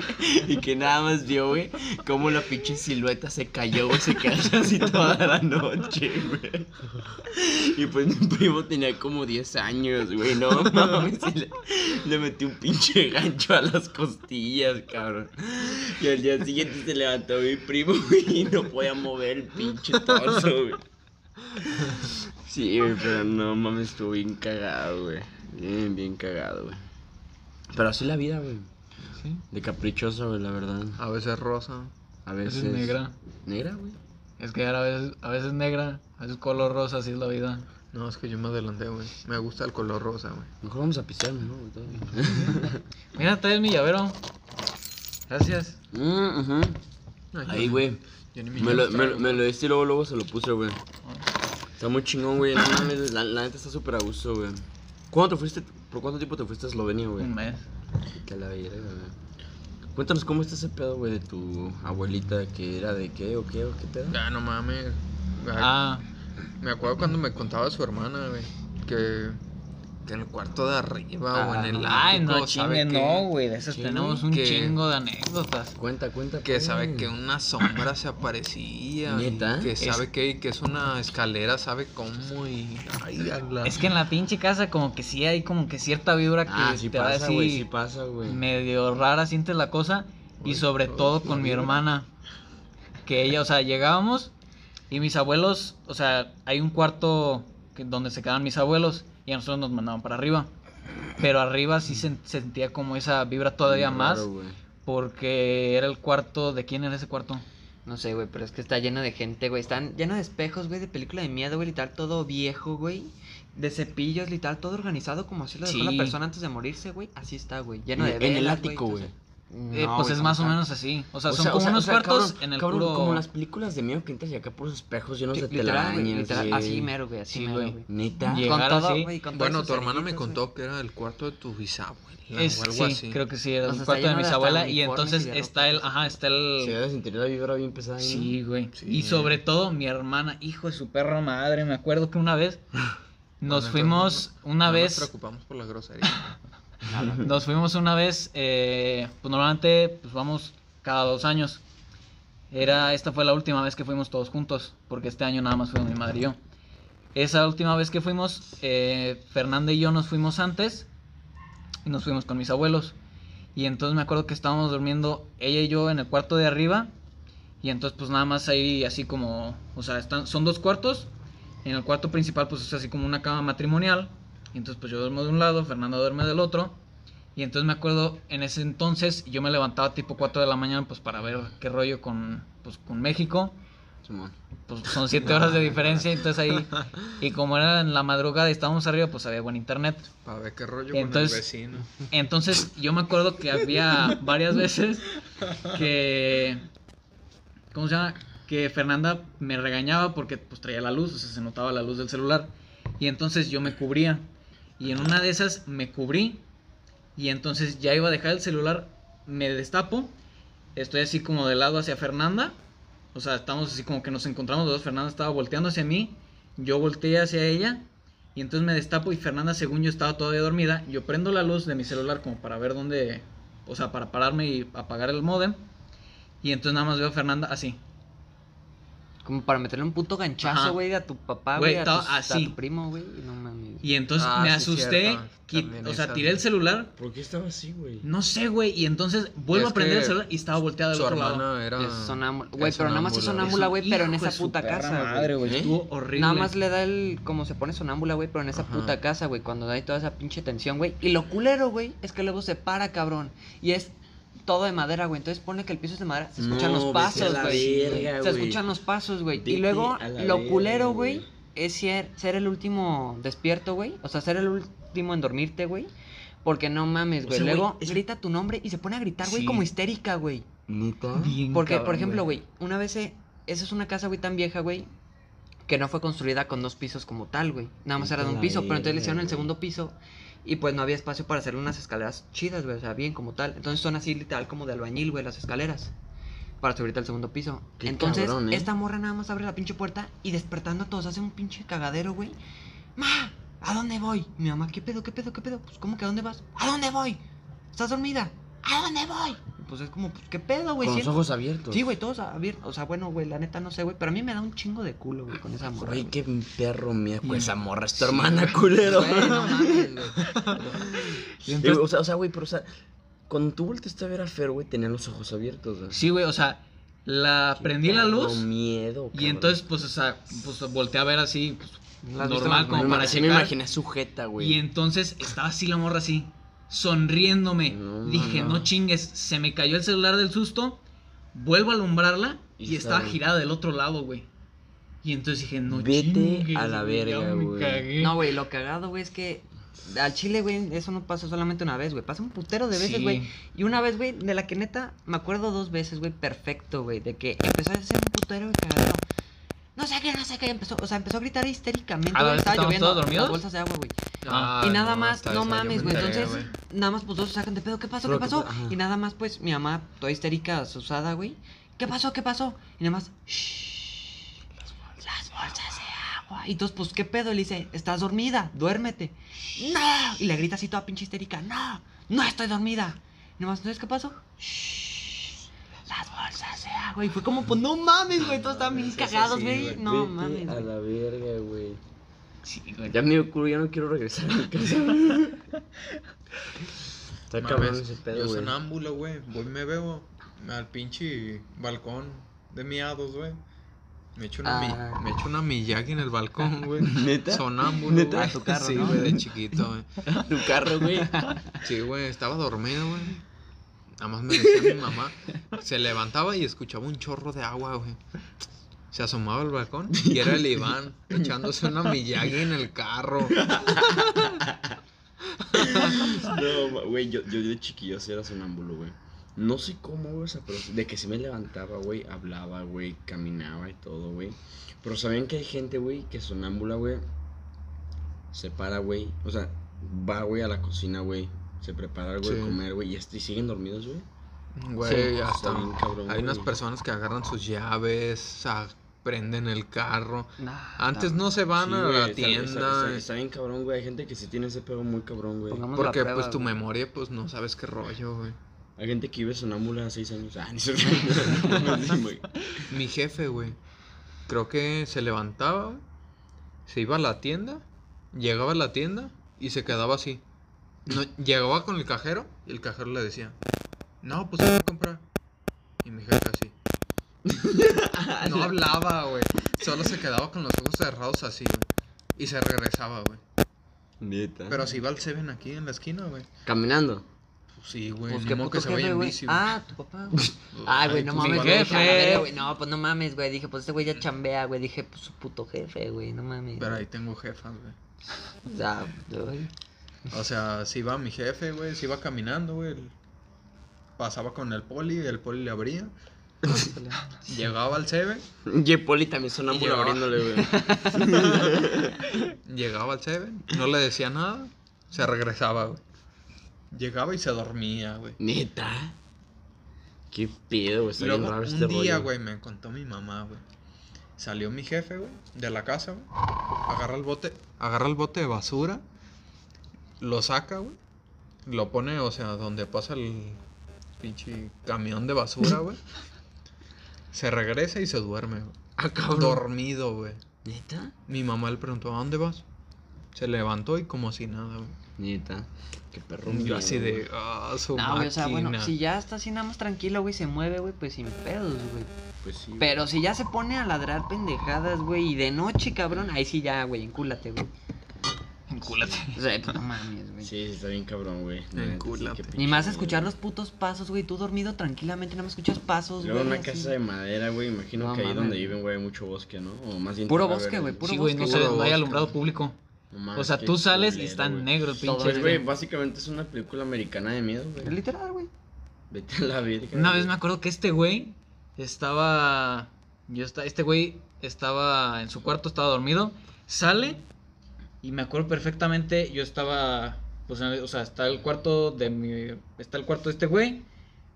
Speaker 2: Y que nada más vio, güey, cómo la pinche silueta se cayó, güey, se cayó así toda la noche, güey. Y pues mi primo tenía como 10 años, güey, no mames. y le, le metí un pinche gancho a las costillas, cabrón. Y al día siguiente se levantó mi primo, güey, y no podía mover el pinche torso, güey. Sí, güey, pero no mames, estuvo bien cagado, güey. Bien, bien cagado, güey. Pero así la vida, güey. De caprichosa, güey, la verdad.
Speaker 3: A veces rosa.
Speaker 2: A
Speaker 1: Es
Speaker 2: veces.
Speaker 1: negra.
Speaker 2: Negra, güey.
Speaker 1: Es que a veces, a veces negra, a veces color rosa, así es la vida.
Speaker 3: No, es que yo me adelanté, güey. Me gusta el color rosa, güey.
Speaker 2: Mejor vamos a pisarnos, ¿no? güey? Todo bien.
Speaker 1: Mira, traes mi llavero. Gracias.
Speaker 2: Mm, ujú.
Speaker 3: Ay,
Speaker 2: Ahí, güey.
Speaker 3: yo ni
Speaker 2: Me lo,
Speaker 3: llamo
Speaker 2: me,
Speaker 3: traigo.
Speaker 2: lo- me lo hice y luego, luego se lo puse, güey. Está muy chingón, güey. No mames, la, la neta está súper a gusto, güey. ¿Cuándo te fuiste? ¿Por cuánto tiempo te fuiste a Eslovenia, güey?
Speaker 1: Un mes.
Speaker 2: Que la verga, güey. Cuéntanos cómo está ese pedo, güey, de tu abuelita, que era de qué o qué o qué pedo.
Speaker 3: Ya, no mames. Ay,
Speaker 1: Ah,
Speaker 3: Me acuerdo cuando me contaba su hermana, güey, que, que en el cuarto de arriba o
Speaker 2: Ah,
Speaker 3: en el
Speaker 1: ay, no
Speaker 3: ático, ¿sabe
Speaker 1: chingue,
Speaker 3: qué?
Speaker 1: no, güey. De esas
Speaker 2: Sí,
Speaker 1: tenemos un
Speaker 3: que-
Speaker 1: chingo de anécdotas.
Speaker 2: Cuenta, cuenta.
Speaker 3: Que
Speaker 2: pues.
Speaker 1: Mm.
Speaker 3: sabe que una sombra se aparecía. y
Speaker 2: ¿Neta?
Speaker 3: Que
Speaker 2: Es-
Speaker 3: sabe que, que es una escalera, sabe cómo y... Ay, a la-
Speaker 1: Es que en la pinche casa, como que sí hay como que cierta vibra que
Speaker 2: Ah, sí
Speaker 1: te va
Speaker 2: pasa,
Speaker 1: así
Speaker 2: güey, sí pasa, güey.
Speaker 1: medio rara sientes la cosa y
Speaker 3: Uy,
Speaker 1: sobre
Speaker 3: todo
Speaker 1: todo
Speaker 3: es
Speaker 1: con mi
Speaker 3: horrible.
Speaker 1: hermana que ella, o sea, llegábamos y mis abuelos, o sea, hay un cuarto que- donde se quedaban mis abuelos y a nosotros nos mandaban para arriba. Pero arriba sí sen- sentía como esa vibra todavía
Speaker 2: Muy
Speaker 1: más
Speaker 2: raro, güey.
Speaker 1: porque era el cuarto de quién era ese cuarto?
Speaker 4: No sé, güey, pero es que está lleno de gente, güey. Están lleno de espejos, güey, de película de miedo, güey, literal, todo viejo, güey. De cepillos, literal, todo organizado como así lo dejó
Speaker 1: Sí.
Speaker 4: la persona antes de morirse, güey. Así está, güey. Lleno de
Speaker 2: En el
Speaker 4: velas, güey,
Speaker 2: ático, güey.
Speaker 4: entonces-
Speaker 1: Eh,
Speaker 2: No,
Speaker 1: pues
Speaker 2: güey,
Speaker 1: es
Speaker 2: no
Speaker 1: más o
Speaker 2: tanto.
Speaker 1: menos así. O sea, son
Speaker 2: sea,
Speaker 1: como
Speaker 2: o sea,
Speaker 1: unos
Speaker 2: o sea,
Speaker 1: cuartos
Speaker 2: cabrón,
Speaker 1: en el
Speaker 2: cabrón,
Speaker 1: puro.
Speaker 2: como las películas de miedo que entras y acá por los espejos llenos de
Speaker 4: Literal, güey,
Speaker 2: telarañas.
Speaker 4: literal,
Speaker 2: güey.
Speaker 4: así mero, güey, así
Speaker 1: Sí,
Speaker 4: mero,
Speaker 1: güey.
Speaker 4: güey.
Speaker 2: Neta.
Speaker 1: Llega- Llegar
Speaker 4: con todo,
Speaker 1: así.
Speaker 4: güey, con
Speaker 3: Bueno,
Speaker 4: todos
Speaker 3: tu
Speaker 4: sus
Speaker 3: hermana me
Speaker 4: cerditos,
Speaker 3: contó que era el cuarto de tu bisabuela
Speaker 1: Es-
Speaker 3: o algo
Speaker 1: sí,
Speaker 3: así.
Speaker 1: creo que sí, era
Speaker 4: O
Speaker 1: el
Speaker 4: sea, está
Speaker 1: cuarto de
Speaker 4: lleno
Speaker 1: mi
Speaker 4: de hasta
Speaker 1: bisabuela. Y
Speaker 4: uniformes
Speaker 1: entonces
Speaker 4: y de
Speaker 1: está el.
Speaker 4: ropa.
Speaker 1: Ajá, está
Speaker 2: Se
Speaker 1: el.
Speaker 2: debe sentir la vibra bien pesada. ¿eh? ahí, ¿no?
Speaker 1: Sí, güey.
Speaker 3: Sí.
Speaker 1: Y sobre todo mi hermana, hijo de su perra madre. Me acuerdo que una vez nos
Speaker 3: entonces,
Speaker 1: fuimos, una
Speaker 3: No
Speaker 1: vez.
Speaker 3: Nos preocupamos por la grosería.
Speaker 4: güey. Nada.
Speaker 1: Nos fuimos una vez, eh, pues normalmente pues vamos cada dos años. Era, esta fue la última vez que fuimos todos juntos, porque este año nada más fuimos mi madre y yo. Esa última vez que fuimos, eh, Fernanda y yo nos fuimos antes y nos fuimos con mis abuelos. Y entonces me acuerdo que estábamos durmiendo ella y yo en el cuarto de arriba. Y entonces pues nada más ahí así como, o sea, están, son dos cuartos. En el cuarto principal pues es así como una cama matrimonial. Y entonces pues yo duermo de un lado, Fernanda duerme del otro. Y entonces me acuerdo, en ese entonces yo me levantaba tipo 4 de la mañana pues para ver qué rollo con, pues, con México.
Speaker 2: Simón.
Speaker 1: Pues son 7 horas de diferencia, entonces ahí... Y como era en la madrugada y estábamos arriba, pues había buen internet.
Speaker 3: Para ver qué rollo
Speaker 1: Entonces-
Speaker 3: con el vecino.
Speaker 1: Entonces yo me acuerdo que había varias veces que... ¿Cómo se llama? Que Fernanda me regañaba porque pues traía la luz, o sea, se notaba la luz del celular. Y entonces yo me cubría. Y en una de esas me cubrí. Y entonces ya iba a dejar el celular, me destapo. Estoy así como de lado hacia Fernanda. O sea, estamos así como que nos encontramos los dos. Fernanda estaba volteando hacia mí. Yo volteé hacia ella. Y entonces me destapo y Fernanda, según yo, estaba todavía dormida. Yo prendo la luz de mi celular como para ver dónde... O sea, para pararme y apagar el modem. Y entonces nada más veo a Fernanda así.
Speaker 4: Como para meterle un puto
Speaker 1: Ajá.
Speaker 4: ganchazo, güey, a tu papá,
Speaker 1: Güey,
Speaker 4: güey, a,
Speaker 1: estaba
Speaker 4: tus- a
Speaker 1: así.
Speaker 4: tu primo, güey. No mames.
Speaker 1: Y entonces
Speaker 3: Ah,
Speaker 1: me
Speaker 3: sí,
Speaker 1: asusté.
Speaker 3: cierto.
Speaker 1: qui-
Speaker 3: También
Speaker 1: o sea,
Speaker 3: esa.
Speaker 1: tiré el celular.
Speaker 2: ¿Por qué estaba así, güey?
Speaker 1: No sé, güey. Y entonces vuelvo
Speaker 3: Es
Speaker 1: a prender el
Speaker 3: que
Speaker 1: celular y estaba volteada del
Speaker 3: Su
Speaker 1: otro lado.
Speaker 3: hermana ¿eh? era.
Speaker 4: Es sonámbula. Güey,
Speaker 3: es
Speaker 4: pero nada más es
Speaker 3: sonámbula.
Speaker 4: sonámbula, güey, pero en
Speaker 1: Hijo de
Speaker 4: esa
Speaker 1: su
Speaker 4: puta
Speaker 1: perra
Speaker 4: casa, güey.
Speaker 1: madre, güey.
Speaker 2: ¿Eh?
Speaker 1: Estuvo horrible.
Speaker 4: Nada más le da el. Como se pone sonámbula, güey, pero en esa
Speaker 3: Ajá.
Speaker 4: puta casa, güey, cuando hay toda esa pinche tensión, güey. Y lo culero, güey, es que luego se para, cabrón. Y es todo de madera, güey. Entonces pone que el piso es de madera. Se escuchan
Speaker 2: No,
Speaker 4: los
Speaker 2: vete a
Speaker 4: pasos,
Speaker 2: la
Speaker 4: güey.
Speaker 2: verga,
Speaker 4: Se
Speaker 2: güey.
Speaker 4: escuchan los pasos, güey.
Speaker 2: Vete
Speaker 4: Y luego,
Speaker 2: a la
Speaker 4: lo
Speaker 2: verga,
Speaker 4: culero,
Speaker 2: güey.
Speaker 4: güey, es ser, ser el último despierto, güey. O sea, ser el último en dormirte, güey. Porque no mames,
Speaker 2: O
Speaker 4: güey.
Speaker 2: sea, güey,
Speaker 4: luego
Speaker 2: es-
Speaker 4: grita tu nombre y se pone a gritar, güey,
Speaker 1: Sí.
Speaker 4: como histérica, güey.
Speaker 2: Neta.
Speaker 1: Bien
Speaker 4: Porque, por
Speaker 1: cabrón,
Speaker 4: ejemplo, güey, una vez, eh, esa es una casa, güey, tan vieja, güey, que no fue construida con dos pisos como tal, güey. Nada más
Speaker 2: Vete
Speaker 4: era
Speaker 2: a
Speaker 4: de un
Speaker 2: la
Speaker 4: piso, pero entonces le
Speaker 2: verga,
Speaker 4: hicieron el
Speaker 2: güey.
Speaker 4: segundo piso y pues no había espacio para hacer unas escaleras chidas, güey, o sea, bien como tal. Entonces son así literal como de albañil, güey, las escaleras. Para subirte al segundo piso.
Speaker 2: Qué
Speaker 4: Entonces,
Speaker 2: cabrón, ¿eh?
Speaker 4: esta morra nada más abre la pinche puerta y despertando a todos hace un pinche cagadero, güey. ¡Ma! ¿A dónde voy? Mi mamá, ¿qué pedo, qué pedo, qué pedo? Pues, ¿cómo que a dónde vas? ¿A dónde voy? ¿Estás dormida? ¿A dónde voy? Pues es como, pues, ¿qué pedo, güey?
Speaker 2: Con los
Speaker 4: Siento-
Speaker 2: ojos abiertos.
Speaker 4: Sí, güey, todos abiertos. O sea, bueno, güey, la neta no sé, güey. Pero a mí me da un chingo de culo, güey, con esa morra.
Speaker 2: Güey, qué perro miedo.
Speaker 1: Y-
Speaker 2: Pues esa morra es tu hermana, culero.
Speaker 4: Güey, no mames, güey.
Speaker 1: Y
Speaker 2: Eh,
Speaker 1: entonces-
Speaker 2: o sea, o sea, güey, pero o sea, cuando tú volteaste a ver a Fer, güey, tenía los ojos abiertos. güey.
Speaker 1: sí, güey, o sea, la
Speaker 2: Qué
Speaker 1: prendí la
Speaker 2: perro
Speaker 1: luz
Speaker 2: miedo,
Speaker 1: y entonces, pues, o sea, pues volteé a ver así. pues,
Speaker 4: ¿Las viste
Speaker 1: normal,
Speaker 4: las
Speaker 1: como
Speaker 2: como
Speaker 1: para
Speaker 2: para sí me
Speaker 1: checar.
Speaker 2: imaginé sujeta, güey.
Speaker 1: Y entonces estaba así la morra así, sonriéndome.
Speaker 2: No,
Speaker 1: Dije,
Speaker 2: no.
Speaker 1: no chingues, se me cayó el celular del susto, vuelvo a alumbrarla y,
Speaker 2: Y
Speaker 1: estaba
Speaker 2: sabe.
Speaker 1: girada del otro lado, güey. Y entonces dije, no
Speaker 2: Vete
Speaker 1: chingues,
Speaker 2: a la
Speaker 1: güey, ya
Speaker 2: verga,
Speaker 1: me
Speaker 2: güey.
Speaker 1: cagué.
Speaker 4: No, güey, lo cagado, güey, es que al chile, güey, eso no pasa solamente una vez, güey. Pasa un putero de veces,
Speaker 1: Sí.
Speaker 4: güey. Y una vez, güey, de la que neta me acuerdo dos veces, güey, perfecto, güey, de que empezó a hacer un putero de cagadero. No sé qué, no sé qué, empezó, o sea, empezó a gritar histéricamente,
Speaker 1: Ah,
Speaker 4: güey, estaba
Speaker 1: ¿estábamos
Speaker 4: lloviendo
Speaker 1: todos dormidos?
Speaker 4: las bolsas de agua, güey.
Speaker 1: Ah,
Speaker 4: y nada
Speaker 3: no,
Speaker 4: más,
Speaker 3: esta
Speaker 4: no
Speaker 3: vez ya yo me
Speaker 4: mames, güey.
Speaker 3: enteré,
Speaker 4: Entonces,
Speaker 3: güey.
Speaker 4: nada más, pues dos se sacan de pedo. ¿Qué pasó?
Speaker 2: Pero
Speaker 4: ¿Qué
Speaker 2: que-
Speaker 4: pasó?
Speaker 2: ajá.
Speaker 4: Y nada más, pues mi mamá, toda histérica, asustada, güey. ¿Qué pasó? ¿Qué pasó? Y nada más, "Shh, las bolsas de agua. Y entonces, pues, ¿qué pedo? Y le dice, estás dormida, duérmete. ¡No! Y le grita así toda pinche histérica, no, no estoy dormida. Y nada más, ¿entonces qué pasó? "Shh, Las bolsas de agua. Y fue como, pues, no mames, güey. Todos estaban bien
Speaker 2: Eso sí,
Speaker 4: cagados, güey.
Speaker 2: Vete
Speaker 4: No mames,
Speaker 2: A
Speaker 4: güey.
Speaker 2: la verga, güey.
Speaker 1: Sí, güey.
Speaker 2: Ya me dio culo, ya no quiero regresar a mi casa. güey. Está cabrón
Speaker 3: Mames,
Speaker 2: ese
Speaker 3: Yo
Speaker 2: pedo, güey.
Speaker 3: sonámbulo, güey. Voy y me veo al pinche balcón de miados, güey. Me echo una, mi-
Speaker 4: Ah.
Speaker 3: me echo una Miyagi en el balcón, güey.
Speaker 2: ¿Neta?
Speaker 3: Sonámbulo,
Speaker 2: ¿Neta?
Speaker 3: güey.
Speaker 4: A tu carro,
Speaker 3: sí,
Speaker 4: ¿no?
Speaker 3: güey, de chiquito, güey.
Speaker 2: Tu carro, güey.
Speaker 3: Sí, güey, estaba dormido, güey. Nada más me decía mi mamá. Se levantaba y escuchaba un chorro de agua, güey. Se asomaba al balcón y era el Iván echándose una Miyagi en el carro.
Speaker 2: No, güey, yo, yo de chiquillo sí era sonámbulo, güey. No sé cómo, güey, o sea, pero de que se me levantaba, güey, hablaba, güey, caminaba y todo, güey. Pero sabían que hay gente, güey, que sonámbula, güey, se para, güey, o sea, va, güey, a la cocina, güey, se prepara algo de
Speaker 3: Sí.
Speaker 2: comer, güey, y, este- y siguen dormidos, güey.
Speaker 3: Güey,
Speaker 2: Sí,
Speaker 3: hasta
Speaker 2: está bien cabrón,
Speaker 3: hay unas
Speaker 2: güey.
Speaker 3: personas que agarran sus llaves, a- prenden el carro.
Speaker 4: Nah,
Speaker 3: Antes
Speaker 4: tam-
Speaker 3: no se van
Speaker 2: Ah, Sí,
Speaker 3: a
Speaker 2: güey,
Speaker 3: la
Speaker 2: está- está-
Speaker 3: tienda.
Speaker 2: Está, está bien cabrón, güey, hay gente que sí tiene ese pedo muy cabrón, güey.
Speaker 4: Pongamos la
Speaker 3: Porque
Speaker 4: prueba,
Speaker 3: pues tu
Speaker 4: güey.
Speaker 3: memoria pues no sabes qué rollo, güey.
Speaker 2: Hay gente que vive sonámbula a seis años. Ah, ni se Sí, güey.
Speaker 3: Mi jefe, güey. Creo que se levantaba, güey, se iba a la tienda, llegaba a la tienda y se quedaba así. No, llegaba con el cajero y el cajero le decía, no, pues voy a comprar. Y mi jefe así. No hablaba, güey. Solo se quedaba con los ojos cerrados así, güey. Y se regresaba, güey.
Speaker 2: Neta.
Speaker 3: Pero si iba al Seven aquí en la esquina, güey.
Speaker 2: Caminando.
Speaker 3: Pues sí, güey.
Speaker 4: Pues
Speaker 3: ni
Speaker 4: qué
Speaker 3: modo
Speaker 4: puto
Speaker 3: que se
Speaker 4: jefe,
Speaker 3: vaya en
Speaker 4: güey.
Speaker 3: bici, güey. pues,
Speaker 4: Ah, tu papá, güey. Ay, güey, no
Speaker 3: tu
Speaker 4: mames,
Speaker 3: papá.
Speaker 4: güey.
Speaker 1: jefe.
Speaker 4: a la verga, güey. No, pues no mames, güey. Dije, pues este güey ya chambea, güey. Dije, pues su puto jefe, güey. No mames.
Speaker 3: Pero ahí tengo jefas, güey.
Speaker 4: O sea, güey.
Speaker 3: O sea, si iba mi jefe, güey, si iba caminando, güey. el- Pasaba con el poli, el poli le abría. llegaba al Seven,
Speaker 2: Y Poli también sonámbula
Speaker 3: Y yo.
Speaker 2: abriéndole, güey.
Speaker 3: llegaba al Seven, no le decía nada, se regresaba, güey. Llegaba y se dormía, güey.
Speaker 2: Neta. Qué pedo, güey. Está bien
Speaker 3: Luego,
Speaker 2: raro
Speaker 3: un
Speaker 2: este
Speaker 3: día,
Speaker 2: rollo.
Speaker 3: güey, me contó mi mamá, güey. Salió mi jefe, güey, de la casa, güey. Agarra el bote, agarra el bote de basura, lo saca, güey. Lo pone, o sea, donde pasa el pinche camión de basura, güey. Se regresa y se duerme, güey.
Speaker 2: Ah, cabrón.
Speaker 3: Dormido, güey.
Speaker 2: Neta.
Speaker 3: Mi mamá le preguntó, ¿a dónde vas? Se levantó y como si nada, güey.
Speaker 2: Neta. Qué perro.
Speaker 3: Y Yo
Speaker 2: miedo,
Speaker 3: así
Speaker 2: güey.
Speaker 3: de, ah, su
Speaker 4: No, güey, o sea, bueno,
Speaker 3: máquina".
Speaker 4: si ya está así nada más tranquilo, güey, se mueve, güey, pues sin pedos, güey.
Speaker 2: Pues sí. güey.
Speaker 4: Pero si ya se pone a ladrar pendejadas, güey, y de noche, cabrón, ahí sí ya, güey, encúlate, güey.
Speaker 1: Encúlate.
Speaker 4: O sea, pues, no mames, güey.
Speaker 2: Sí, sí, está bien cabrón, güey. La
Speaker 3: En
Speaker 2: neta, sí,
Speaker 3: culate.
Speaker 2: qué pinche
Speaker 4: Ni más
Speaker 2: miedo,
Speaker 4: escuchar
Speaker 2: güey.
Speaker 4: los putos pasos, güey. Tú dormido tranquilamente, nada más escuchas pasos, güey.
Speaker 2: Luego una
Speaker 4: así.
Speaker 2: casa de madera, güey. Imagino
Speaker 4: No
Speaker 2: que ahí
Speaker 4: mames.
Speaker 2: donde viven, güey, hay mucho bosque, ¿no? O más bien.
Speaker 4: Puro
Speaker 2: te va a
Speaker 4: bosque,
Speaker 2: ver,
Speaker 4: güey, puro
Speaker 1: Sí, güey, no,
Speaker 4: bosque,
Speaker 1: se,
Speaker 4: güey.
Speaker 1: no hay
Speaker 3: Bosque,
Speaker 1: alumbrado
Speaker 3: güey.
Speaker 1: público.
Speaker 2: No mames,
Speaker 1: O sea,
Speaker 2: qué
Speaker 1: tú sales y
Speaker 2: culero,
Speaker 1: están
Speaker 2: güey.
Speaker 1: negros,
Speaker 4: Todo
Speaker 1: pinches.
Speaker 2: Pues, güey,
Speaker 1: güey.
Speaker 2: básicamente es una película americana de miedo, güey.
Speaker 4: Literal, güey.
Speaker 2: Vete a la verga.
Speaker 1: Una
Speaker 2: güey.
Speaker 1: vez me acuerdo que este güey estaba. Yo esta- este güey estaba en su cuarto, estaba dormido. Sale y me acuerdo perfectamente. Yo estaba. Pues, en el- o sea, está el cuarto de mi. Está el cuarto de este güey.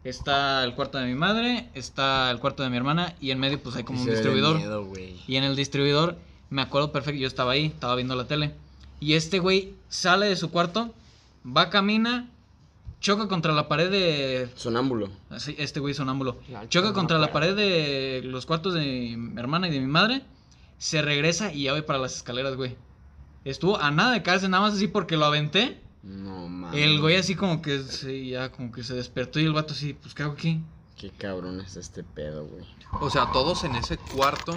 Speaker 1: Está el cuarto de mi madre. Está el cuarto de mi hermana. Y en medio, pues hay como
Speaker 2: Sí
Speaker 1: un
Speaker 2: se ve de
Speaker 1: distribuidor.
Speaker 2: miedo, güey.
Speaker 1: Y en el distribuidor, me acuerdo perfecto, yo estaba ahí, estaba viendo la tele. Y este güey sale de su cuarto, va, camina, choca contra la pared de...
Speaker 2: Sonámbulo.
Speaker 1: así, Este güey sonámbulo.
Speaker 4: La altura
Speaker 1: Choca
Speaker 4: no
Speaker 1: contra
Speaker 4: me
Speaker 1: la
Speaker 4: acuerdo.
Speaker 1: pared de los cuartos de mi hermana y de mi madre. Se regresa y ya voy para las escaleras, güey. Estuvo a nada de caerse, nada más así porque lo aventé.
Speaker 2: No
Speaker 3: Ah,
Speaker 2: mames.
Speaker 1: El güey así como que se, ya como que se despertó y el vato así, pues ¿qué hago aquí?
Speaker 2: Qué cabrón es este pedo, güey.
Speaker 3: O sea, todos en ese cuarto.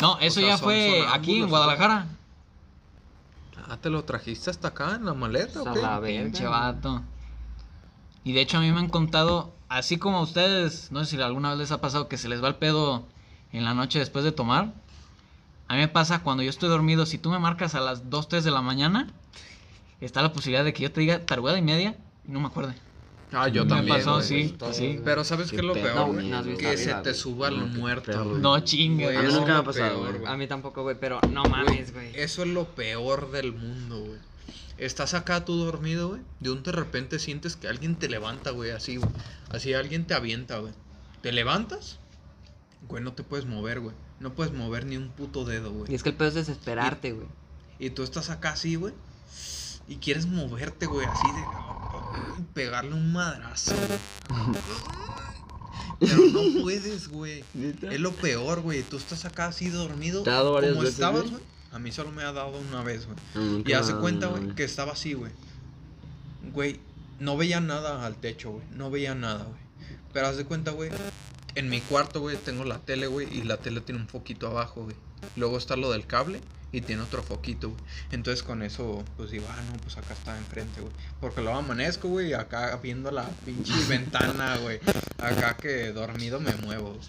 Speaker 1: No, eso
Speaker 3: sea,
Speaker 1: ya
Speaker 3: son
Speaker 1: fue aquí en
Speaker 3: sonámbulos,
Speaker 1: Guadalajara.
Speaker 3: Ah, te lo trajiste hasta acá en la maleta,
Speaker 4: A
Speaker 3: ¿o
Speaker 4: la
Speaker 3: qué?
Speaker 4: verga,
Speaker 1: Pinche
Speaker 4: güey.
Speaker 1: vato. Y de hecho a mí me han contado, así como a ustedes, no sé si alguna vez les ha pasado que se les va el pedo en la noche después de tomar. A mí me pasa cuando yo estoy dormido, si tú me marcas a las 2, 3 de la mañana, está la posibilidad de que yo te diga tarugada y media y no me acuerde.
Speaker 3: Ah, yo
Speaker 1: Me
Speaker 3: también.
Speaker 1: pasó,
Speaker 3: güey.
Speaker 1: sí,
Speaker 4: todo,
Speaker 1: sí.
Speaker 4: güey.
Speaker 3: Pero ¿sabes qué es lo
Speaker 2: Qué pedo,
Speaker 3: peor?
Speaker 4: güey,
Speaker 3: güey?
Speaker 4: no has visto
Speaker 3: que se
Speaker 4: arriba,
Speaker 3: te
Speaker 4: güey.
Speaker 3: suba
Speaker 2: No,
Speaker 3: lo
Speaker 2: qué
Speaker 3: muerto.
Speaker 2: perro,
Speaker 3: güey.
Speaker 2: güey.
Speaker 1: No chingue.
Speaker 3: Güey,
Speaker 2: A mí
Speaker 3: eso
Speaker 2: nunca me
Speaker 3: es
Speaker 2: ha
Speaker 3: lo
Speaker 2: pasado,
Speaker 3: peor,
Speaker 2: güey.
Speaker 4: A mí tampoco, güey, pero no mames, güey.
Speaker 3: Eso es lo peor del mundo, güey. Estás acá tú dormido, güey. De un de repente sientes que alguien te levanta, güey, así, güey. Así alguien te avienta, güey. ¿Te levantas? Güey, no te puedes mover, güey. No puedes mover ni un puto dedo,
Speaker 4: Y
Speaker 3: güey.
Speaker 4: es que el pedo es desesperarte, güey.
Speaker 3: Y tú estás acá así, güey. Y quieres moverte, güey, así de. y pegarle un madrazo, güey. Pero no puedes, güey. Es lo peor, güey. Tú estás acá así dormido.
Speaker 2: ¿Te ha dado varias
Speaker 3: como
Speaker 2: veces,
Speaker 3: estabas,
Speaker 2: güey?
Speaker 3: güey. A mí solo me ha dado una vez, güey.
Speaker 2: Ah, No, nunca
Speaker 3: Y
Speaker 2: me ha
Speaker 3: hace
Speaker 2: dado
Speaker 3: cuenta,
Speaker 2: nada,
Speaker 3: güey, que estaba así, güey. Güey, no veía nada al techo, güey. No veía nada, güey. Pero haz de cuenta, güey. En mi cuarto, güey, tengo la tele, güey. Y la tele tiene un foquito abajo, güey. Luego está lo del cable y tiene otro foquito, güey. Entonces con eso, pues digo, ah, no, pues acá está enfrente, güey. Porque luego amanezco, güey, acá viendo la pinche ventana, güey. Acá que dormido me muevo. güey.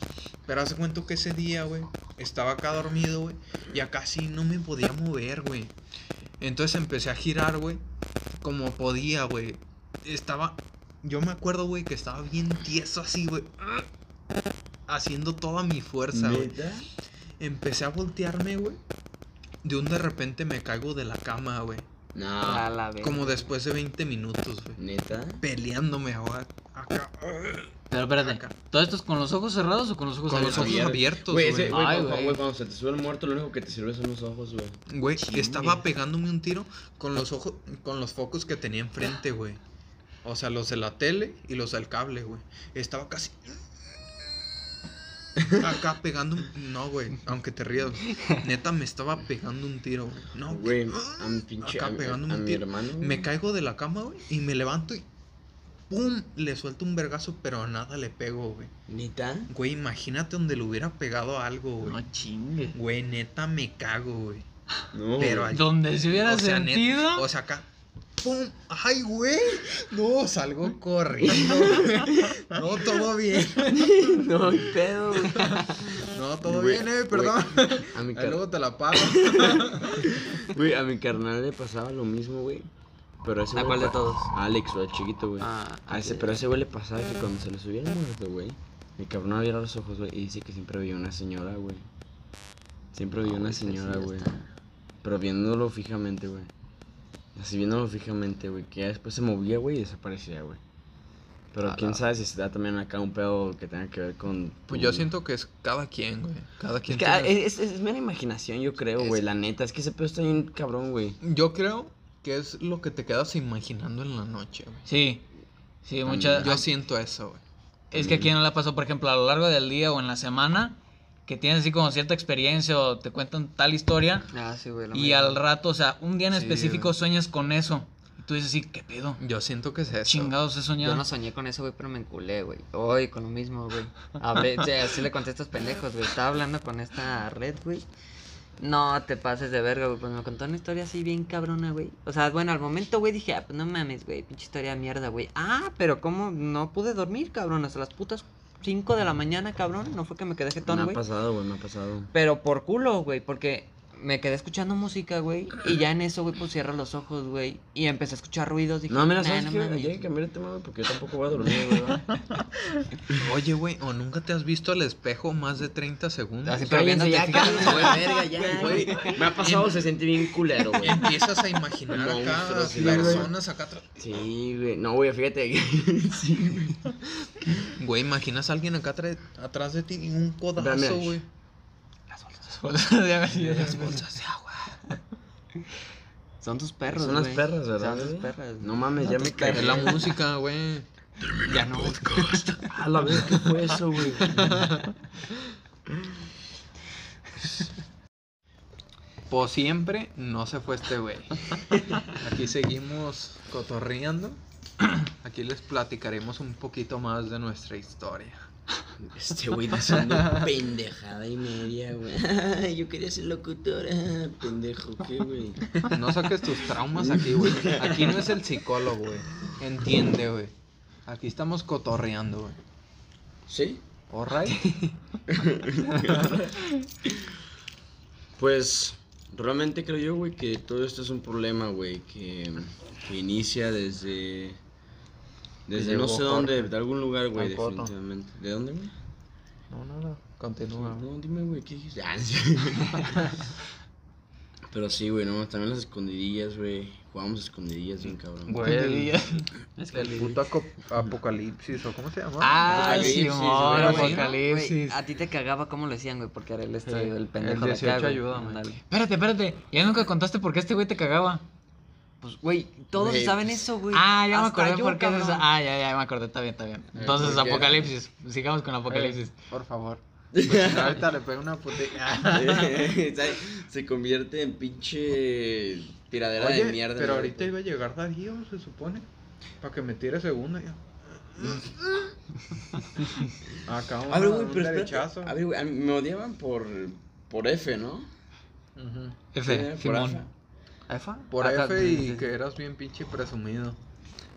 Speaker 3: Pero hace cuenta que ese día, güey, estaba acá dormido, güey. Y acá sí no me podía mover, güey. Entonces empecé a girar, güey. Como podía, güey. Estaba yo me acuerdo, güey, que estaba bien tieso así, güey. ah, Haciendo toda mi fuerza, güey. Empecé a voltearme, güey. De un de repente me caigo de la cama, güey.
Speaker 4: A
Speaker 2: No.
Speaker 4: la vez.
Speaker 3: Como después de 20 minutos, güey.
Speaker 2: ¿Neta?
Speaker 3: Peleándome ahora. Acá. ah,
Speaker 1: Pero espérate,
Speaker 3: Acá.
Speaker 1: ¿todo esto es con los ojos cerrados o con los ojos
Speaker 3: Con los
Speaker 1: abiertos?
Speaker 3: ojos abiertos,
Speaker 2: Güey, ese-
Speaker 3: güey.
Speaker 1: Ay,
Speaker 2: güey, cuando-
Speaker 1: güey.
Speaker 2: güey, cuando se te sube el muerto, lo único que te sirve son los ojos, güey.
Speaker 3: Güey,
Speaker 2: Chingue.
Speaker 3: estaba pegándome un tiro con los ojos, con los focos que tenía enfrente, güey. O sea, los de la tele y los del cable, güey. Estaba casi. Acá pegando. un- No, güey. Aunque te rías. güey. Neta, me estaba pegando un tiro, güey. No,
Speaker 2: Güey, a mi pinche.
Speaker 3: Ah, Acá
Speaker 2: a mi- a,
Speaker 3: pegándome
Speaker 2: a
Speaker 3: un
Speaker 2: mi
Speaker 3: tiro.
Speaker 2: hermano. güey.
Speaker 3: Me caigo de la cama, güey. Y me levanto y. ¡Pum! Le suelto un vergazo, pero a nada le pego, güey.
Speaker 2: ¿Neta?
Speaker 3: Güey, imagínate donde le hubiera pegado algo,
Speaker 1: No
Speaker 3: güey.
Speaker 1: chingue.
Speaker 3: Güey, neta, me cago, güey.
Speaker 2: No.
Speaker 3: Pero
Speaker 2: güey.
Speaker 3: al-
Speaker 1: Donde se hubiera
Speaker 3: O sea, net-
Speaker 1: sentido.
Speaker 3: o sea, acá. ¡Pum! ¡Ay, güey! No, salgo corriendo. no, todo bien.
Speaker 4: No, hay pedo, güey.
Speaker 3: No, todo
Speaker 2: Güey,
Speaker 3: bien, eh,
Speaker 2: güey,
Speaker 3: perdón.
Speaker 2: A mi,
Speaker 3: Ahí
Speaker 2: car-
Speaker 3: luego te la pago.
Speaker 2: güey, a mi carnal le pasaba lo mismo, güey. Pero ese
Speaker 4: ¿A
Speaker 2: güey
Speaker 4: cuál de
Speaker 2: pa-
Speaker 4: todos?
Speaker 2: A Alex, güey, al chiquito, güey.
Speaker 4: Ah,
Speaker 2: A ese,
Speaker 4: ok.
Speaker 2: pero a ese güey le pasaba que cuando se le subía el muerto, güey, el cabrón abría los ojos, güey, y dice que siempre veía una señora, güey. Siempre veía una
Speaker 4: Ay, pues sí,
Speaker 2: señora,
Speaker 4: ya
Speaker 2: güey.
Speaker 4: está.
Speaker 2: Pero viéndolo fijamente, güey. Así viéndolo fijamente, güey, que ya después se movía, güey, y desaparecía, güey. Pero
Speaker 4: A
Speaker 2: quién
Speaker 4: la-
Speaker 2: sabe si se da también acá un pedo que tenga que ver con.
Speaker 3: Pues
Speaker 2: tu-
Speaker 3: yo siento que es cada quien, güey. Cada
Speaker 2: Es
Speaker 3: quien.
Speaker 2: que ah,
Speaker 1: eh.
Speaker 3: tiene-
Speaker 2: es, es- es mera imaginación, yo creo, güey, la neta. Es que ese pedo está bien cabrón, güey.
Speaker 3: Yo creo que es lo que te quedas imaginando en la noche, güey.
Speaker 1: Sí, sí,
Speaker 2: También.
Speaker 1: muchas.
Speaker 3: Yo siento eso, güey.
Speaker 1: Es que aquí no la pasó, por ejemplo, a lo largo del día o en la semana, que tienes así como cierta experiencia o te cuentan tal historia
Speaker 4: Ah, sí, güey. la
Speaker 1: y
Speaker 4: mayoría.
Speaker 1: al rato, o sea, un día en
Speaker 3: Sí,
Speaker 1: específico
Speaker 3: güey.
Speaker 1: sueñas con eso. Y tú dices, sí, ¿qué pedo?
Speaker 3: Yo siento que es eso.
Speaker 1: Chingados he
Speaker 4: Yo
Speaker 1: soñado.
Speaker 4: no soñé con eso, güey, pero me enculé, güey. Hoy, con lo mismo, güey. Hablé, sí, así le conté a estos pendejos, güey. Estaba hablando con esta red, güey. No te pases de verga, güey. Pues me contó una historia así bien cabrona, güey. O sea, bueno, al momento, güey, dije, ah, pues no mames, güey. Pinche historia de mierda, güey. Ah, pero ¿cómo? No pude dormir, cabrón. Hasta las putas 5 de la mañana, cabrón. No fue que me quedé jetón,
Speaker 2: me ha
Speaker 1: pues
Speaker 4: güey.
Speaker 2: pasado, güey, me ha pasado.
Speaker 4: Pero por culo, güey, porque me quedé escuchando música, güey. Y ya en eso, güey, pues cierro los ojos, güey. Y empecé a escuchar ruidos. Dije,
Speaker 2: No, mira,
Speaker 4: "Nah,
Speaker 2: ¿sabes qué?
Speaker 4: mames".
Speaker 2: Ya hay que cambiar el tema, güey, porque yo tampoco voy a dormir, güey. ¿verdad?
Speaker 3: Oye, güey, ¿o nunca te has visto al espejo más de 30 segundos?
Speaker 4: Así, pero viéndote,
Speaker 2: ya,
Speaker 4: fíjate,
Speaker 2: cállense,
Speaker 4: güey, verga, ya,
Speaker 2: güey.
Speaker 4: güey.
Speaker 2: Me ha pasado, se sentí bien culero, güey.
Speaker 3: Empiezas a imaginar acá
Speaker 2: Monstruos y la verga.
Speaker 3: personas acá atrás.
Speaker 2: Sí, güey. No, güey, fíjate. que- sí, güey.
Speaker 3: Güey, imaginas a alguien acá atra- atrás de ti y un
Speaker 2: Dame
Speaker 3: codazo,
Speaker 2: ahí.
Speaker 3: güey. Las bolsas de agua.
Speaker 4: Son tus perros,
Speaker 2: Son las
Speaker 4: güey.
Speaker 2: perras, ¿verdad?
Speaker 4: Son tus
Speaker 2: güey?
Speaker 4: perras.
Speaker 2: No mames,
Speaker 4: Son
Speaker 2: ya
Speaker 4: tus
Speaker 2: me cagué.
Speaker 3: Es la música, güey.
Speaker 4: Ya no.
Speaker 2: A la vez, ¿qué fue eso, güey?
Speaker 3: Por siempre no se fue este güey. Aquí seguimos cotorreando. Aquí les platicaremos un poquito más de nuestra historia.
Speaker 2: Este güey diciendo pendejada y media, güey. Yo quería ser locutora. Pendejo, ¿qué, güey?
Speaker 3: No saques tus traumas aquí, güey. Aquí no es el psicólogo, güey. Entiende, güey. Aquí estamos cotorreando, güey.
Speaker 2: ¿Sí?
Speaker 3: Alright.
Speaker 2: Pues realmente creo yo, güey, que todo esto es un problema, güey, que, que inicia desde... Desde no
Speaker 3: Llegó
Speaker 2: sé dónde,
Speaker 3: Jorge.
Speaker 2: de algún lugar, güey,
Speaker 3: Tampoco.
Speaker 2: definitivamente. ¿De dónde, güey?
Speaker 3: No, nada. Continúa. güey.
Speaker 2: No, dime, güey, ¿qué dijiste? Ah, sí. Pero sí, güey, no, también las escondidillas, güey. Jugamos escondidillas bien cabrón.
Speaker 3: Güey, el, el puto aco- apocalipsis, ¿o cómo se llama?
Speaker 1: Ah,
Speaker 2: Apocalipsis,
Speaker 1: sí, amor,
Speaker 2: güey,
Speaker 4: Güey,
Speaker 1: apocalipsis.
Speaker 4: A ti te cagaba cómo le decían, güey, porque era el este,
Speaker 3: Sí,
Speaker 4: el
Speaker 3: el
Speaker 4: pendejo de
Speaker 3: 18
Speaker 4: acá, güey.
Speaker 3: ayúdame.
Speaker 4: Ándale.
Speaker 1: Espérate, espérate. Ya nunca contaste por qué este güey te cagaba.
Speaker 4: Pues, güey, todos
Speaker 2: Güey,
Speaker 4: saben
Speaker 2: pues-
Speaker 4: eso, güey.
Speaker 1: Ah, ya me
Speaker 4: Hasta
Speaker 1: acordé
Speaker 4: yo,
Speaker 1: por qué es
Speaker 4: cabrón.
Speaker 1: eso. Ah, ya, ya me acordé. Está bien, está bien. Entonces,
Speaker 2: ¿por qué?
Speaker 1: apocalipsis. Sigamos con apocalipsis.
Speaker 3: Eh, por favor. Porque ahorita le pego una Ah. puteada.
Speaker 2: ¿Sabes? Se convierte en pinche tiradera de mierda.
Speaker 3: pero
Speaker 2: güey.
Speaker 3: ahorita iba a llegar Darío, se supone. Para que me tire segunda ya. Acá
Speaker 2: A ver, güey,
Speaker 3: un
Speaker 2: pero
Speaker 3: derechazo.
Speaker 2: espérate. A ver, güey, a mí me odiaban por, por F, ¿no?
Speaker 3: Ujú.
Speaker 2: Sí,
Speaker 1: F,
Speaker 2: por
Speaker 1: Simón.
Speaker 2: F.
Speaker 4: ¿Efa?
Speaker 3: Por
Speaker 1: Acá,
Speaker 3: F
Speaker 1: sí,
Speaker 3: y
Speaker 1: sí, sí.
Speaker 3: que eras bien pinche presumido.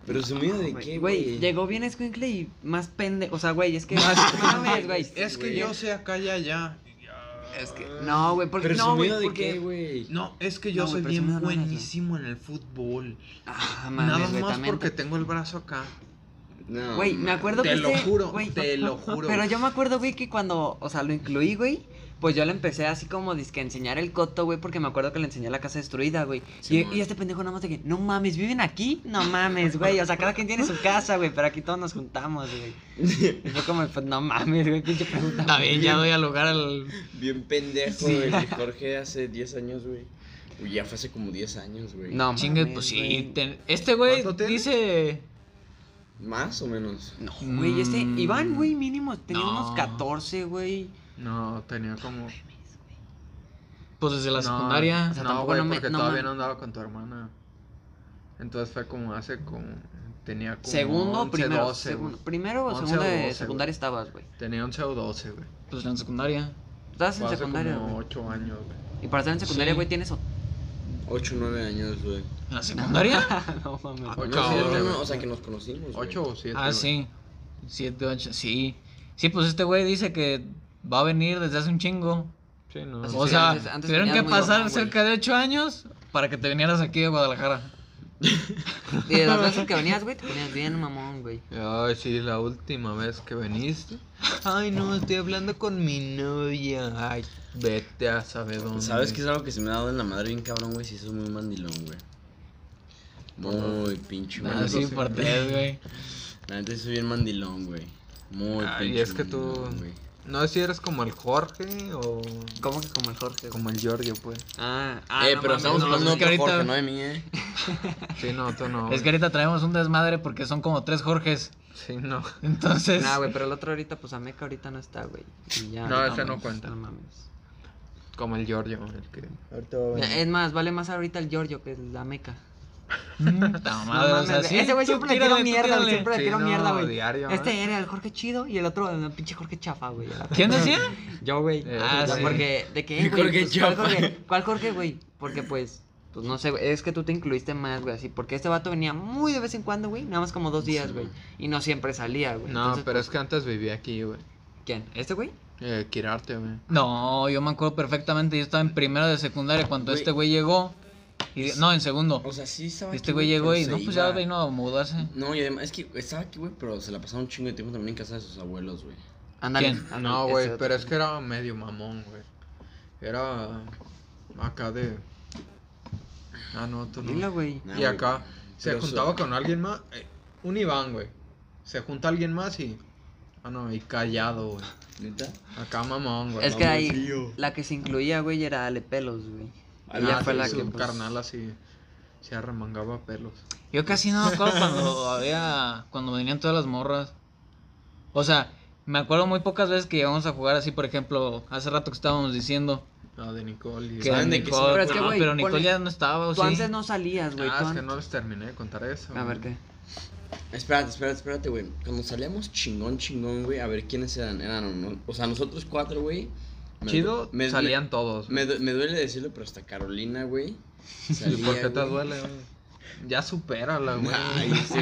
Speaker 2: ¿Pero sumido de
Speaker 4: Güey,
Speaker 2: qué,
Speaker 4: Ah, Güey,
Speaker 2: güey?
Speaker 4: llegó bien escuincle y más pende... O sea, güey, es que... No mames, güey.
Speaker 3: Es que yo sé acá y allá.
Speaker 4: Es que... No, güey, porque...
Speaker 2: ¿Pero
Speaker 4: No, güey,
Speaker 2: sumido de
Speaker 4: porque...
Speaker 2: qué, güey?
Speaker 3: No, es que yo
Speaker 4: No, güey,
Speaker 3: soy bien
Speaker 4: presumido no eres,
Speaker 3: buenísimo en el fútbol.
Speaker 4: Ah,
Speaker 3: Nada
Speaker 4: mames, güey,
Speaker 3: más
Speaker 4: también
Speaker 3: porque
Speaker 4: te-
Speaker 3: tengo el brazo acá.
Speaker 2: No,
Speaker 4: Güey, me
Speaker 2: man.
Speaker 4: acuerdo
Speaker 3: Te
Speaker 4: que
Speaker 3: lo
Speaker 4: este-
Speaker 3: juro,
Speaker 4: güey,
Speaker 3: te lo juro.
Speaker 4: Pero yo me acuerdo, güey, que cuando, o sea, lo incluí, güey, pues yo le empecé así como dizque a enseñar el coto, güey, porque me acuerdo que le enseñé la casa destruida, güey. Y,
Speaker 2: Simón.
Speaker 4: y este pendejo nada más de que, no mames, ¿viven aquí? No mames, güey, o sea, cada quien tiene su casa, güey, pero aquí todos nos juntamos, güey. Y fue como, pues no mames, güey, pinche pregunta.
Speaker 1: Está bien, ya doy al lugar al.
Speaker 2: Bien pendejo,
Speaker 4: Sí.
Speaker 2: güey. que Jorge hace 10 años, güey. Uy, ya fue hace como 10 años, güey.
Speaker 4: No,
Speaker 1: Chingue,
Speaker 4: mames,
Speaker 1: pues
Speaker 4: güey.
Speaker 1: sí. ten- Este güey
Speaker 3: ¿Cuánto tiene?
Speaker 1: dice.
Speaker 2: Más o menos.
Speaker 4: No, güey, este,
Speaker 1: Mm.
Speaker 4: Iván, güey, mínimo, tenía
Speaker 3: No.
Speaker 4: unos 14, güey.
Speaker 3: No, tenía como.
Speaker 1: Pues desde la
Speaker 3: No,
Speaker 1: secundaria.
Speaker 4: o sea,
Speaker 3: no,
Speaker 4: tampoco
Speaker 3: güey,
Speaker 4: no me-
Speaker 3: porque
Speaker 4: no
Speaker 3: todavía
Speaker 4: me-
Speaker 3: no andaba con tu hermana. Entonces fue como hace como. Tenía como.
Speaker 4: Segundo,
Speaker 3: 11,
Speaker 4: primero,
Speaker 3: 12, güey.
Speaker 4: segundo- primero o
Speaker 3: 11
Speaker 4: segundo
Speaker 3: o
Speaker 4: de
Speaker 3: 12,
Speaker 4: secundaria
Speaker 3: güey.
Speaker 4: estabas, güey.
Speaker 3: Tenía 11 o 12, güey.
Speaker 1: Pues en secundaria.
Speaker 4: Estabas en
Speaker 3: Fue hace
Speaker 4: secundaria,
Speaker 3: como
Speaker 4: güey.
Speaker 3: 8 años, güey.
Speaker 4: Y para estar en secundaria,
Speaker 1: Sí.
Speaker 4: güey, tienes... o-
Speaker 2: 8 o 9 años, güey.
Speaker 1: ¿En la secundaria?
Speaker 4: no mames.
Speaker 2: No, sí,
Speaker 3: cabrón,
Speaker 2: no, no,
Speaker 3: güey.
Speaker 2: o sea, que nos conocimos. güey.
Speaker 3: 8 o 7.
Speaker 1: ah, sí. Siete, ocho, sí. Sí, pues este güey dice que va a venir desde hace un chingo.
Speaker 3: Sí, no.
Speaker 4: Así
Speaker 1: O
Speaker 4: Ah, sí,
Speaker 1: sea,
Speaker 4: antes- antes
Speaker 1: tuvieron que
Speaker 4: tenías muy
Speaker 1: pasar
Speaker 4: mamá, güey.
Speaker 1: cerca de ocho años para que te vinieras aquí de Guadalajara.
Speaker 4: Y de las veces que venías, güey, te ponías bien mamón, güey.
Speaker 3: Ay, sí, la última vez que viniste. Ay, no, estoy hablando con mi novia. Ay, vete a saber dónde.
Speaker 2: ¿Sabes qué es algo que se me ha dado en la madre bien cabrón, güey? Si soy muy mandilón, güey. Muy pinche
Speaker 3: Nah,
Speaker 1: Ah,
Speaker 2: mandilón.
Speaker 1: sí,
Speaker 3: sí,
Speaker 1: por
Speaker 3: güey.
Speaker 1: tres, güey.
Speaker 2: La neta soy bien mandilón, güey. Muy
Speaker 3: Ay,
Speaker 2: pinche
Speaker 3: es que tú-
Speaker 2: mandilón, güey.
Speaker 3: No sé si eres como el Jorge o
Speaker 4: ¿Cómo que como el Jorge?
Speaker 3: como el Giorgio, pues.
Speaker 4: Ah, ah,
Speaker 2: eh,
Speaker 4: no
Speaker 2: pero
Speaker 4: mames,
Speaker 2: estamos
Speaker 4: no,
Speaker 2: hablando
Speaker 1: es
Speaker 2: de
Speaker 1: que
Speaker 2: otro
Speaker 1: ahorita-
Speaker 2: Jorge, no de mí, eh.
Speaker 3: Sí, no, tú no.
Speaker 1: Es que ahorita traemos un desmadre porque son como tres Jorges.
Speaker 3: Sí, no.
Speaker 1: Entonces.
Speaker 4: Nah, güey, pero el otro ahorita, pues Ameca ahorita no está, güey. Y ya,
Speaker 3: No, ese no
Speaker 4: mames,
Speaker 3: cuenta.
Speaker 4: No mames.
Speaker 3: Como el Giorgio, el que.
Speaker 4: Es más, vale más ahorita el Giorgio que el Ameca.
Speaker 1: mm, ta
Speaker 4: No
Speaker 1: madre, o
Speaker 4: mames,
Speaker 1: sea,
Speaker 4: güey,
Speaker 1: sí,
Speaker 4: ese güey
Speaker 1: tú
Speaker 4: siempre le
Speaker 1: tírale,
Speaker 4: tiro
Speaker 1: tú
Speaker 4: mierda, güey.
Speaker 1: tírale.
Speaker 4: Siempre le
Speaker 3: Sí,
Speaker 4: tiro
Speaker 3: no,
Speaker 4: mierda, güey.
Speaker 3: diario, ¿eh?
Speaker 4: Este era el Jorge chido y el otro el pinche Jorge chafa, güey. a la
Speaker 1: ¿Quién decía?
Speaker 4: Yo, güey.
Speaker 3: Eh,
Speaker 4: Ah,
Speaker 1: o sea, sí.
Speaker 4: Porque, ¿de qué,
Speaker 2: El
Speaker 4: güey?
Speaker 2: Jorge
Speaker 4: Pues, ¿Cuál
Speaker 2: Chapa.
Speaker 4: Jorge? ¿Cuál Jorge, güey? Porque, pues, pues no sé, güey, es que tú te incluiste más, güey, así. Porque este vato venía muy de vez en cuando, güey, nada más como dos días,
Speaker 2: Sí,
Speaker 4: güey.
Speaker 2: güey.
Speaker 4: Y no siempre salía, güey.
Speaker 3: No,
Speaker 4: Entonces,
Speaker 3: pero es que antes vivía aquí, güey.
Speaker 4: ¿Quién? ¿Este, güey?
Speaker 3: Eh, Quirarte, güey.
Speaker 1: No, yo me acuerdo perfectamente. Yo estaba en primero de secundaria cuando
Speaker 2: Güey. Pues,
Speaker 1: este güey llegó. Y, no, en segundo.
Speaker 2: O sea, sí estaba
Speaker 1: Este
Speaker 2: aquí,
Speaker 1: güey llegó
Speaker 2: pero
Speaker 1: y
Speaker 2: se
Speaker 1: no, pues
Speaker 2: iba.
Speaker 1: ya vino a mudarse.
Speaker 2: No, y además es que estaba aquí, güey, pero se la pasaba un chingo de tiempo también en casa de sus abuelos, güey.
Speaker 4: Ándale.
Speaker 1: ¿Quién?
Speaker 4: ándale,
Speaker 3: No,
Speaker 4: Ah, ese
Speaker 3: güey,
Speaker 4: otro.
Speaker 3: pero es que era medio mamón, güey. Era acá de. Ah, no, tú no.
Speaker 4: Dilo, güey.
Speaker 2: Nah,
Speaker 3: y
Speaker 2: güey,
Speaker 3: acá se
Speaker 2: pero su-
Speaker 3: juntaba con alguien más. eh, un Iván, güey. Se junta alguien más y. Ah, no, y callado, güey.
Speaker 2: ¿Neta?
Speaker 3: Acá mamón, güey.
Speaker 4: Es que ahí
Speaker 2: Mamoncillo.
Speaker 4: la que se incluía, güey, era Ale Pelos, güey.
Speaker 2: Ah,
Speaker 4: Ella
Speaker 3: Ah,
Speaker 4: fue
Speaker 3: sí,
Speaker 4: la
Speaker 3: su
Speaker 4: que, pues,
Speaker 3: carnal así. Se arremangaba pelos.
Speaker 1: Yo casi no me acuerdo cuando había. Cuando venían todas las morras. O sea, me acuerdo muy pocas veces que llegamos a jugar así, por ejemplo, hace rato que estábamos diciendo.
Speaker 3: Ah, de Nicole y.
Speaker 1: Que
Speaker 2: ¿Saben de qué se
Speaker 1: Nicole,
Speaker 2: Pero
Speaker 4: es que,
Speaker 1: no,
Speaker 4: güey,
Speaker 1: pero Nicole
Speaker 4: ponle-
Speaker 1: ya no estaba, ¿o
Speaker 4: Tú
Speaker 1: Oh, sí?
Speaker 4: antes no salías, güey.
Speaker 3: Ah,
Speaker 4: tú
Speaker 3: es que
Speaker 4: an-
Speaker 3: no les terminé de contar eso.
Speaker 4: A ver,
Speaker 3: güey.
Speaker 4: ¿qué?
Speaker 2: Espérate, espérate, espérate, güey. Cuando salíamos chingón, chingón, güey, a ver quiénes eran. Eran, ¿no? o sea, nosotros cuatro, güey. me-
Speaker 3: Chido,
Speaker 2: me-
Speaker 3: salían todos.
Speaker 2: Me,
Speaker 3: güey.
Speaker 2: du- me duele decirlo, pero hasta Carolina, güey.
Speaker 3: ¿Y por qué te
Speaker 2: güey.
Speaker 3: duele, güey? Ya supérala, güey.
Speaker 2: Ay, sí.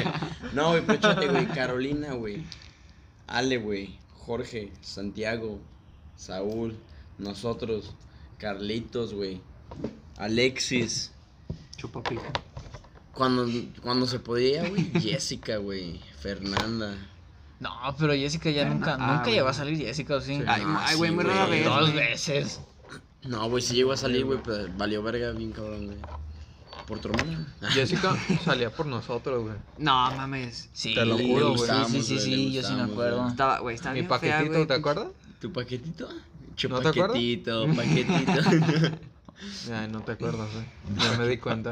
Speaker 2: No, güey, pero échate, güey. Carolina, güey. Ale, güey. Jorge, Santiago, Saúl, nosotros, Carlitos, güey. Alexis.
Speaker 4: Chupa pija.
Speaker 2: Cuando, cuando se podía, güey. Jessica, güey. Fernanda.
Speaker 1: No, pero Jessica ya nunca,
Speaker 4: ah,
Speaker 1: nunca
Speaker 4: güey.
Speaker 1: llegó a salir Jessica, ¿o sí?
Speaker 3: Sí.
Speaker 4: Ay,
Speaker 2: No,
Speaker 4: ay, güey,
Speaker 2: sí,
Speaker 4: muy
Speaker 2: güey.
Speaker 4: rara vez.
Speaker 1: Dos
Speaker 4: güey.
Speaker 1: veces.
Speaker 2: No, güey, sí llegó a salir, güey, pero valió verga bien cabrón, güey. Por tu hermana. Ah,
Speaker 3: Jessica salía por nosotros, güey.
Speaker 4: No, mames.
Speaker 1: Sí,
Speaker 3: Te lo juro,
Speaker 1: Sí, sí, sí,
Speaker 3: güey.
Speaker 2: Gustábamos,
Speaker 1: sí,
Speaker 2: güey, le
Speaker 1: yo sí me
Speaker 2: gustábamos,
Speaker 1: acuerdo.
Speaker 2: güey.
Speaker 4: Estaba, güey, estaba
Speaker 3: Mi
Speaker 4: bien fea,
Speaker 3: paquetito,
Speaker 4: güey, pues.
Speaker 3: ¿te
Speaker 4: pinche-
Speaker 3: acuerdas?
Speaker 2: ¿Tu paquetito? Chu
Speaker 3: ¿No te acuerdas?
Speaker 2: paquetito, paquetito.
Speaker 3: Ay, no te acuerdas, güey. Ya me di cuenta.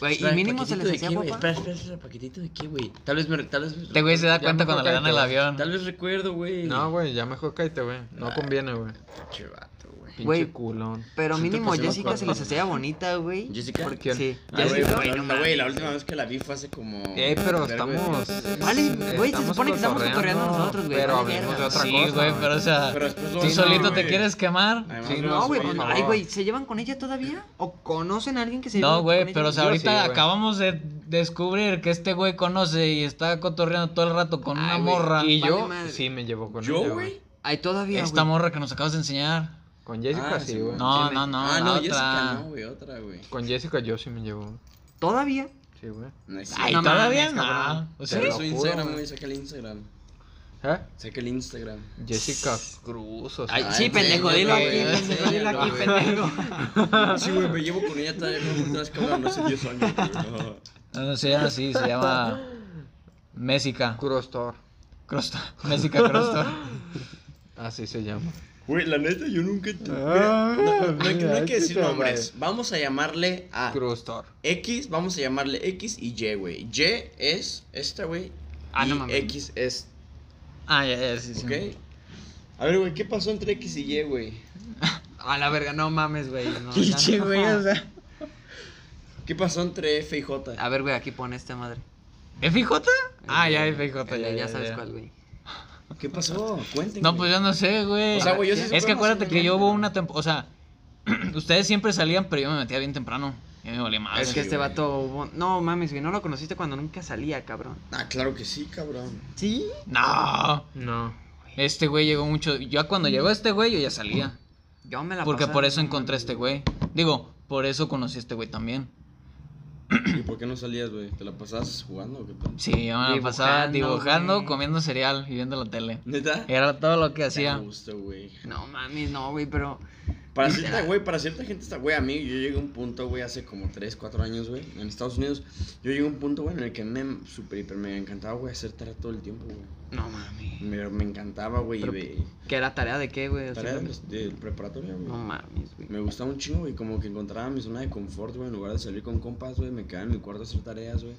Speaker 4: Güey, y
Speaker 2: Espera,
Speaker 4: mínimo se les
Speaker 2: ¿paquetito de
Speaker 4: hacía
Speaker 2: qué, güey?
Speaker 4: papá.
Speaker 2: Espera, espera, espera, paquetito de qué, güey. Tal vez me. Tal vez
Speaker 1: Este güey se da
Speaker 3: Ya
Speaker 1: cuenta
Speaker 3: me
Speaker 1: cuando le
Speaker 3: acuerdo
Speaker 1: dan el
Speaker 3: que-
Speaker 1: avión.
Speaker 2: Tal vez recuerdo, güey.
Speaker 3: No, güey, ya mejor cállate, güey. No conviene, güey.
Speaker 2: Che vato, güey.
Speaker 3: Pinche
Speaker 4: Güey.
Speaker 3: culón.
Speaker 4: Pero
Speaker 2: Sí te
Speaker 4: mínimo
Speaker 2: pasé los
Speaker 4: Jessica se les
Speaker 2: cuatro.
Speaker 4: hacía bonita, güey.
Speaker 2: ¿Jessica?
Speaker 4: Porque
Speaker 3: ¿Quién?
Speaker 4: sí.
Speaker 2: Ah, güey,
Speaker 4: Jessica,
Speaker 2: la-
Speaker 4: güey, no
Speaker 2: la- güey, la
Speaker 4: mames.
Speaker 2: última vez que la vi fue hace como.
Speaker 3: Eh, pero
Speaker 2: Verga, güey.
Speaker 3: estamos.
Speaker 4: Vale, güey, se
Speaker 3: estamos
Speaker 4: supone que estamos cotorreando nosotros, güey,
Speaker 3: Pero
Speaker 4: vale
Speaker 3: hablemos de
Speaker 4: verga.
Speaker 3: otra
Speaker 1: sí,
Speaker 3: cosa.
Speaker 1: güey, pero o sea,
Speaker 2: Pero después lo
Speaker 1: tú
Speaker 2: vemos,
Speaker 1: solito
Speaker 2: güey. Ah,
Speaker 1: te quieres quemar.
Speaker 2: Además,
Speaker 3: Sí,
Speaker 2: luego
Speaker 4: No, güey,
Speaker 2: se
Speaker 4: pues,
Speaker 2: va a
Speaker 4: ay,
Speaker 2: llevar.
Speaker 4: güey, ¿se llevan con ella todavía? ¿O conocen a alguien que se lleva
Speaker 1: No,
Speaker 4: con
Speaker 1: güey,
Speaker 4: ella?
Speaker 1: pero o sea,
Speaker 3: Yo
Speaker 1: ahorita
Speaker 3: sí, güey.
Speaker 1: acabamos de descubrir que este güey conoce y está cotorreando todo el rato con una
Speaker 4: Ay, güey,
Speaker 1: morra.
Speaker 3: Y
Speaker 4: Vale
Speaker 3: yo
Speaker 4: madre.
Speaker 3: sí me llevo con ella,
Speaker 2: ¿Yo,
Speaker 3: güey.
Speaker 2: güey?
Speaker 4: Ay, todavía,
Speaker 1: Esta
Speaker 4: güey.
Speaker 1: morra que nos acabas de enseñar.
Speaker 3: Con Jessica
Speaker 2: Ah,
Speaker 3: sí,
Speaker 2: sí,
Speaker 3: güey.
Speaker 2: güey.
Speaker 1: No,
Speaker 4: Sí,
Speaker 1: no,
Speaker 4: me-
Speaker 1: no,
Speaker 2: Ah,
Speaker 1: la
Speaker 2: no,
Speaker 1: otra.
Speaker 2: Jessica no, güey, otra, güey.
Speaker 3: Con Jessica yo sí me llevo.
Speaker 4: ¿Todavía?
Speaker 3: Sí, güey.
Speaker 2: No es
Speaker 1: Ay,
Speaker 2: cierto.
Speaker 1: todavía
Speaker 4: mames,
Speaker 1: no.
Speaker 4: cabrón.
Speaker 1: ¿O
Speaker 2: Te
Speaker 1: sí?
Speaker 2: lo
Speaker 3: su
Speaker 2: juro,
Speaker 3: Instagram.
Speaker 2: güey, saca el Instagram.
Speaker 3: ¿Eh?
Speaker 2: Saca el Instagram.
Speaker 3: Jessica Cruz, o sea.
Speaker 2: Ay,
Speaker 4: sí,
Speaker 2: Ay,
Speaker 4: pendejo,
Speaker 2: güey,
Speaker 4: dilo aquí,
Speaker 2: güey,
Speaker 4: pendejo,
Speaker 2: sí,
Speaker 4: dilo aquí,
Speaker 2: no, güey.
Speaker 4: pendejo.
Speaker 2: Sí, güey, me llevo con ella todavía como unas cabrón, hace 10 años, güey.
Speaker 1: No, no se llama así, se llama Mésica.
Speaker 3: Cruz Thor.
Speaker 1: Crosta. Mésica Crosta.
Speaker 3: Así se llama.
Speaker 2: Güey, la neta, yo nunca. te-
Speaker 3: Ah,
Speaker 2: Mira, no, no hay, que- no hay
Speaker 3: mira,
Speaker 2: que
Speaker 3: este
Speaker 2: decir
Speaker 3: cabrón.
Speaker 2: nombres. Vamos a llamarle a
Speaker 3: Cruz Thor.
Speaker 2: X, vamos a llamarle X y Y, güey. Y es esta, güey.
Speaker 4: Ah,
Speaker 2: y
Speaker 4: no mames.
Speaker 2: X es,
Speaker 1: Ah, ya, ya, sí, sí.
Speaker 2: ¿ok? A ver, güey, ¿qué pasó entre X y Y, güey?
Speaker 4: A la verga, no mames, güey. no, ya
Speaker 1: Pinche,
Speaker 4: no.
Speaker 1: güey, o sea.
Speaker 2: ¿Qué pasó entre F y J?
Speaker 4: A ver, güey, aquí pone esta madre.
Speaker 1: ¿FJ? Ah, ya,
Speaker 4: El-
Speaker 1: FJ, ya,
Speaker 4: el
Speaker 1: ya,
Speaker 4: de Eh, Ya sabes
Speaker 1: ya.
Speaker 4: cuál, güey.
Speaker 2: ¿Qué pasó? Cuéntenme.
Speaker 1: No, pues yo no sé, güey.
Speaker 2: O sea, güey, yo sí
Speaker 1: es
Speaker 2: supe
Speaker 1: que
Speaker 2: más o
Speaker 1: acuérdate
Speaker 2: menos,
Speaker 1: que yo
Speaker 2: pero-
Speaker 1: hubo una temporada. O sea, ustedes siempre salían, pero yo me metía bien temprano. Ya me valía más.
Speaker 4: Es que
Speaker 2: sí,
Speaker 4: este
Speaker 2: güey.
Speaker 4: vato. hubo- No mames, güey, no lo conociste cuando nunca salía, cabrón.
Speaker 2: Ah, claro que sí, cabrón.
Speaker 4: ¿Sí?
Speaker 1: No.
Speaker 3: No.
Speaker 1: Este güey llegó mucho. Yo cuando llegó este güey, yo ya salía.
Speaker 4: Yo me la
Speaker 1: Porque
Speaker 4: pasaba,
Speaker 1: por eso
Speaker 4: no
Speaker 1: encontré a
Speaker 4: mames,
Speaker 1: este güey. Digo, por eso conocí a este güey también.
Speaker 2: ¿Y por qué no salías, güey? ¿Te la pasabas jugando o qué pedo?
Speaker 1: Sí, yo me la pasaba
Speaker 4: Dibujando,
Speaker 1: dibujando,
Speaker 4: güey.
Speaker 1: comiendo cereal y viendo la tele.
Speaker 2: ¿Neta?
Speaker 1: Era todo lo que
Speaker 2: Me
Speaker 1: Eh, hacía.
Speaker 2: gustó, güey.
Speaker 4: No mames, no, güey, pero.
Speaker 2: Para cierta, güey, para cierta gente está, güey, a mí yo llegué a un punto, güey, hace como 3, 4 años, güey, en Estados Unidos, yo llegué a un punto, güey, en el que me super, hiper, me encantaba, güey, hacer tarea todo el tiempo, güey.
Speaker 4: No mames.
Speaker 2: Me, me encantaba, güey, y
Speaker 4: Pero-
Speaker 2: ve-
Speaker 4: ¿Qué era tarea de qué, güey? O sea,
Speaker 2: tarea
Speaker 4: no-
Speaker 2: de, de preparatoria,
Speaker 4: No
Speaker 2: güey.
Speaker 4: mames, güey.
Speaker 2: Me gustaba un chingo, güey, como que encontraba mi zona de confort, güey, en lugar de salir con compas, güey, me quedaba en mi cuarto a hacer tareas, güey,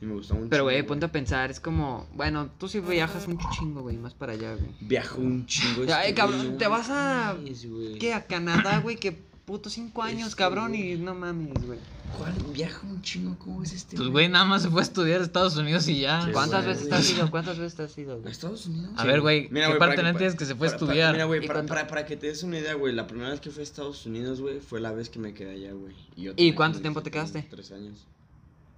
Speaker 2: y me gustaba un
Speaker 4: Pero,
Speaker 2: chingo,
Speaker 4: güey, ponte a pensar, es como. Bueno, tú sí viajas un chingo, güey, más para allá, güey.
Speaker 2: Viajo un chingo.
Speaker 4: Ay,
Speaker 2: este,
Speaker 4: cabrón,
Speaker 2: güey,
Speaker 4: te
Speaker 2: no
Speaker 4: vas a-
Speaker 2: mames, güey.
Speaker 4: ¿Qué? A Canadá, güey, que puto cinco años,
Speaker 2: Este,
Speaker 4: cabrón,
Speaker 2: güey.
Speaker 4: y no mames, güey.
Speaker 2: ¿Cuál? Viajo un chingo, ¿cómo es este?
Speaker 1: Pues, güey, nada más se fue a estudiar a Estados Unidos y ya.
Speaker 2: Sí,
Speaker 4: ¿Cuántas
Speaker 2: güey. Pues,
Speaker 4: veces te has ido? ¿Cuántas veces te has ido,
Speaker 2: ¿A
Speaker 4: güey?
Speaker 2: Estados Unidos?
Speaker 1: A ver, güey,
Speaker 2: Mira,
Speaker 1: ¿qué
Speaker 2: güey, para
Speaker 1: parte
Speaker 2: que-
Speaker 1: no entiendes que se fue a
Speaker 2: para- para-
Speaker 1: estudiar?
Speaker 2: mira, güey,
Speaker 4: ¿Y
Speaker 2: para,
Speaker 4: cuánto?
Speaker 2: para- para que te des una idea, güey, la primera vez que fui a Estados Unidos, güey, fue la vez que me quedé allá, güey. yo
Speaker 4: ¿Y
Speaker 2: tenía
Speaker 4: cuánto
Speaker 2: como
Speaker 4: tiempo te
Speaker 2: 17,
Speaker 4: quedaste?
Speaker 2: Tres años.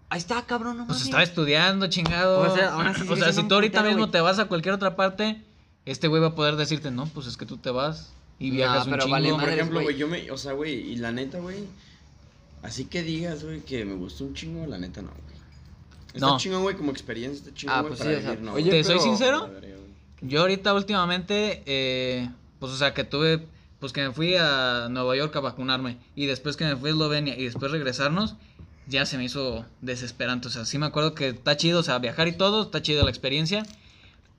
Speaker 4: Ahí está, cabrón, no mames.
Speaker 1: Pues estaba estudiando, chingado.
Speaker 4: O sea, Pues, eh, ahora sí
Speaker 1: o
Speaker 4: sigue
Speaker 1: sea
Speaker 4: siendo
Speaker 1: si
Speaker 4: un
Speaker 1: tú ahorita
Speaker 4: putero,
Speaker 1: mismo
Speaker 4: güey.
Speaker 1: te vas a cualquier otra parte, este güey va a poder decirte, no, pues es que tú te vas y
Speaker 4: No,
Speaker 1: viajas un
Speaker 4: pero
Speaker 1: chingo.
Speaker 4: vale
Speaker 2: No, por
Speaker 4: madres,
Speaker 2: ejemplo,
Speaker 4: güey.
Speaker 2: güey, yo me, o sea, güey, y la neta, güey, así que digas, güey, que me gustó un chingo, la neta no, güey. Está
Speaker 1: No.
Speaker 2: chingón, güey, como experiencia, está chingón,
Speaker 4: Ah,
Speaker 2: güey,
Speaker 4: pues
Speaker 2: para
Speaker 4: sí, o sea,
Speaker 2: vivir, no,
Speaker 4: oye,
Speaker 2: güey.
Speaker 1: ¿Te soy
Speaker 4: pero-
Speaker 1: sincero?
Speaker 2: La verga, güey.
Speaker 1: Yo ahorita últimamente, eh, pues o sea, que tuve, pues que me fui a Nueva York a vacunarme y después que me fui a Eslovenia y después regresarnos, ya se me hizo desesperante. O sea, sí me acuerdo que está chido, o sea, viajar y todo, está chido la experiencia,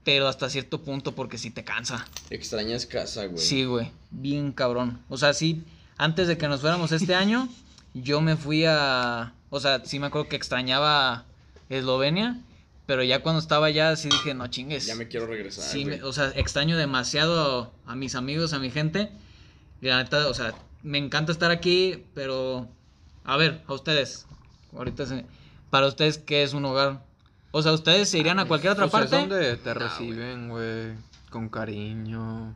Speaker 1: pero hasta cierto punto porque sí te cansa.
Speaker 2: Extrañas casa, güey.
Speaker 1: Sí, güey, bien cabrón. O sea, sí, antes de que nos fuéramos este año, yo me fui a... O sea, sí me acuerdo que extrañaba Eslovenia, pero ya cuando estaba allá sí dije, no chingues.
Speaker 2: Ya me quiero regresar,
Speaker 1: Sí,
Speaker 2: güey.
Speaker 1: me- o sea, extraño demasiado a mis amigos, a mi gente. Y la neta, o sea, me encanta estar aquí, pero... A ver, a ustedes. Ahorita se- Para ustedes, ¿qué es un hogar? O sea, ¿ustedes se
Speaker 2: Ah,
Speaker 1: irían a cualquier otra
Speaker 3: O
Speaker 2: pues,
Speaker 3: sea, es
Speaker 1: parte?
Speaker 3: donde te
Speaker 4: No,
Speaker 3: reciben, güey. Con cariño.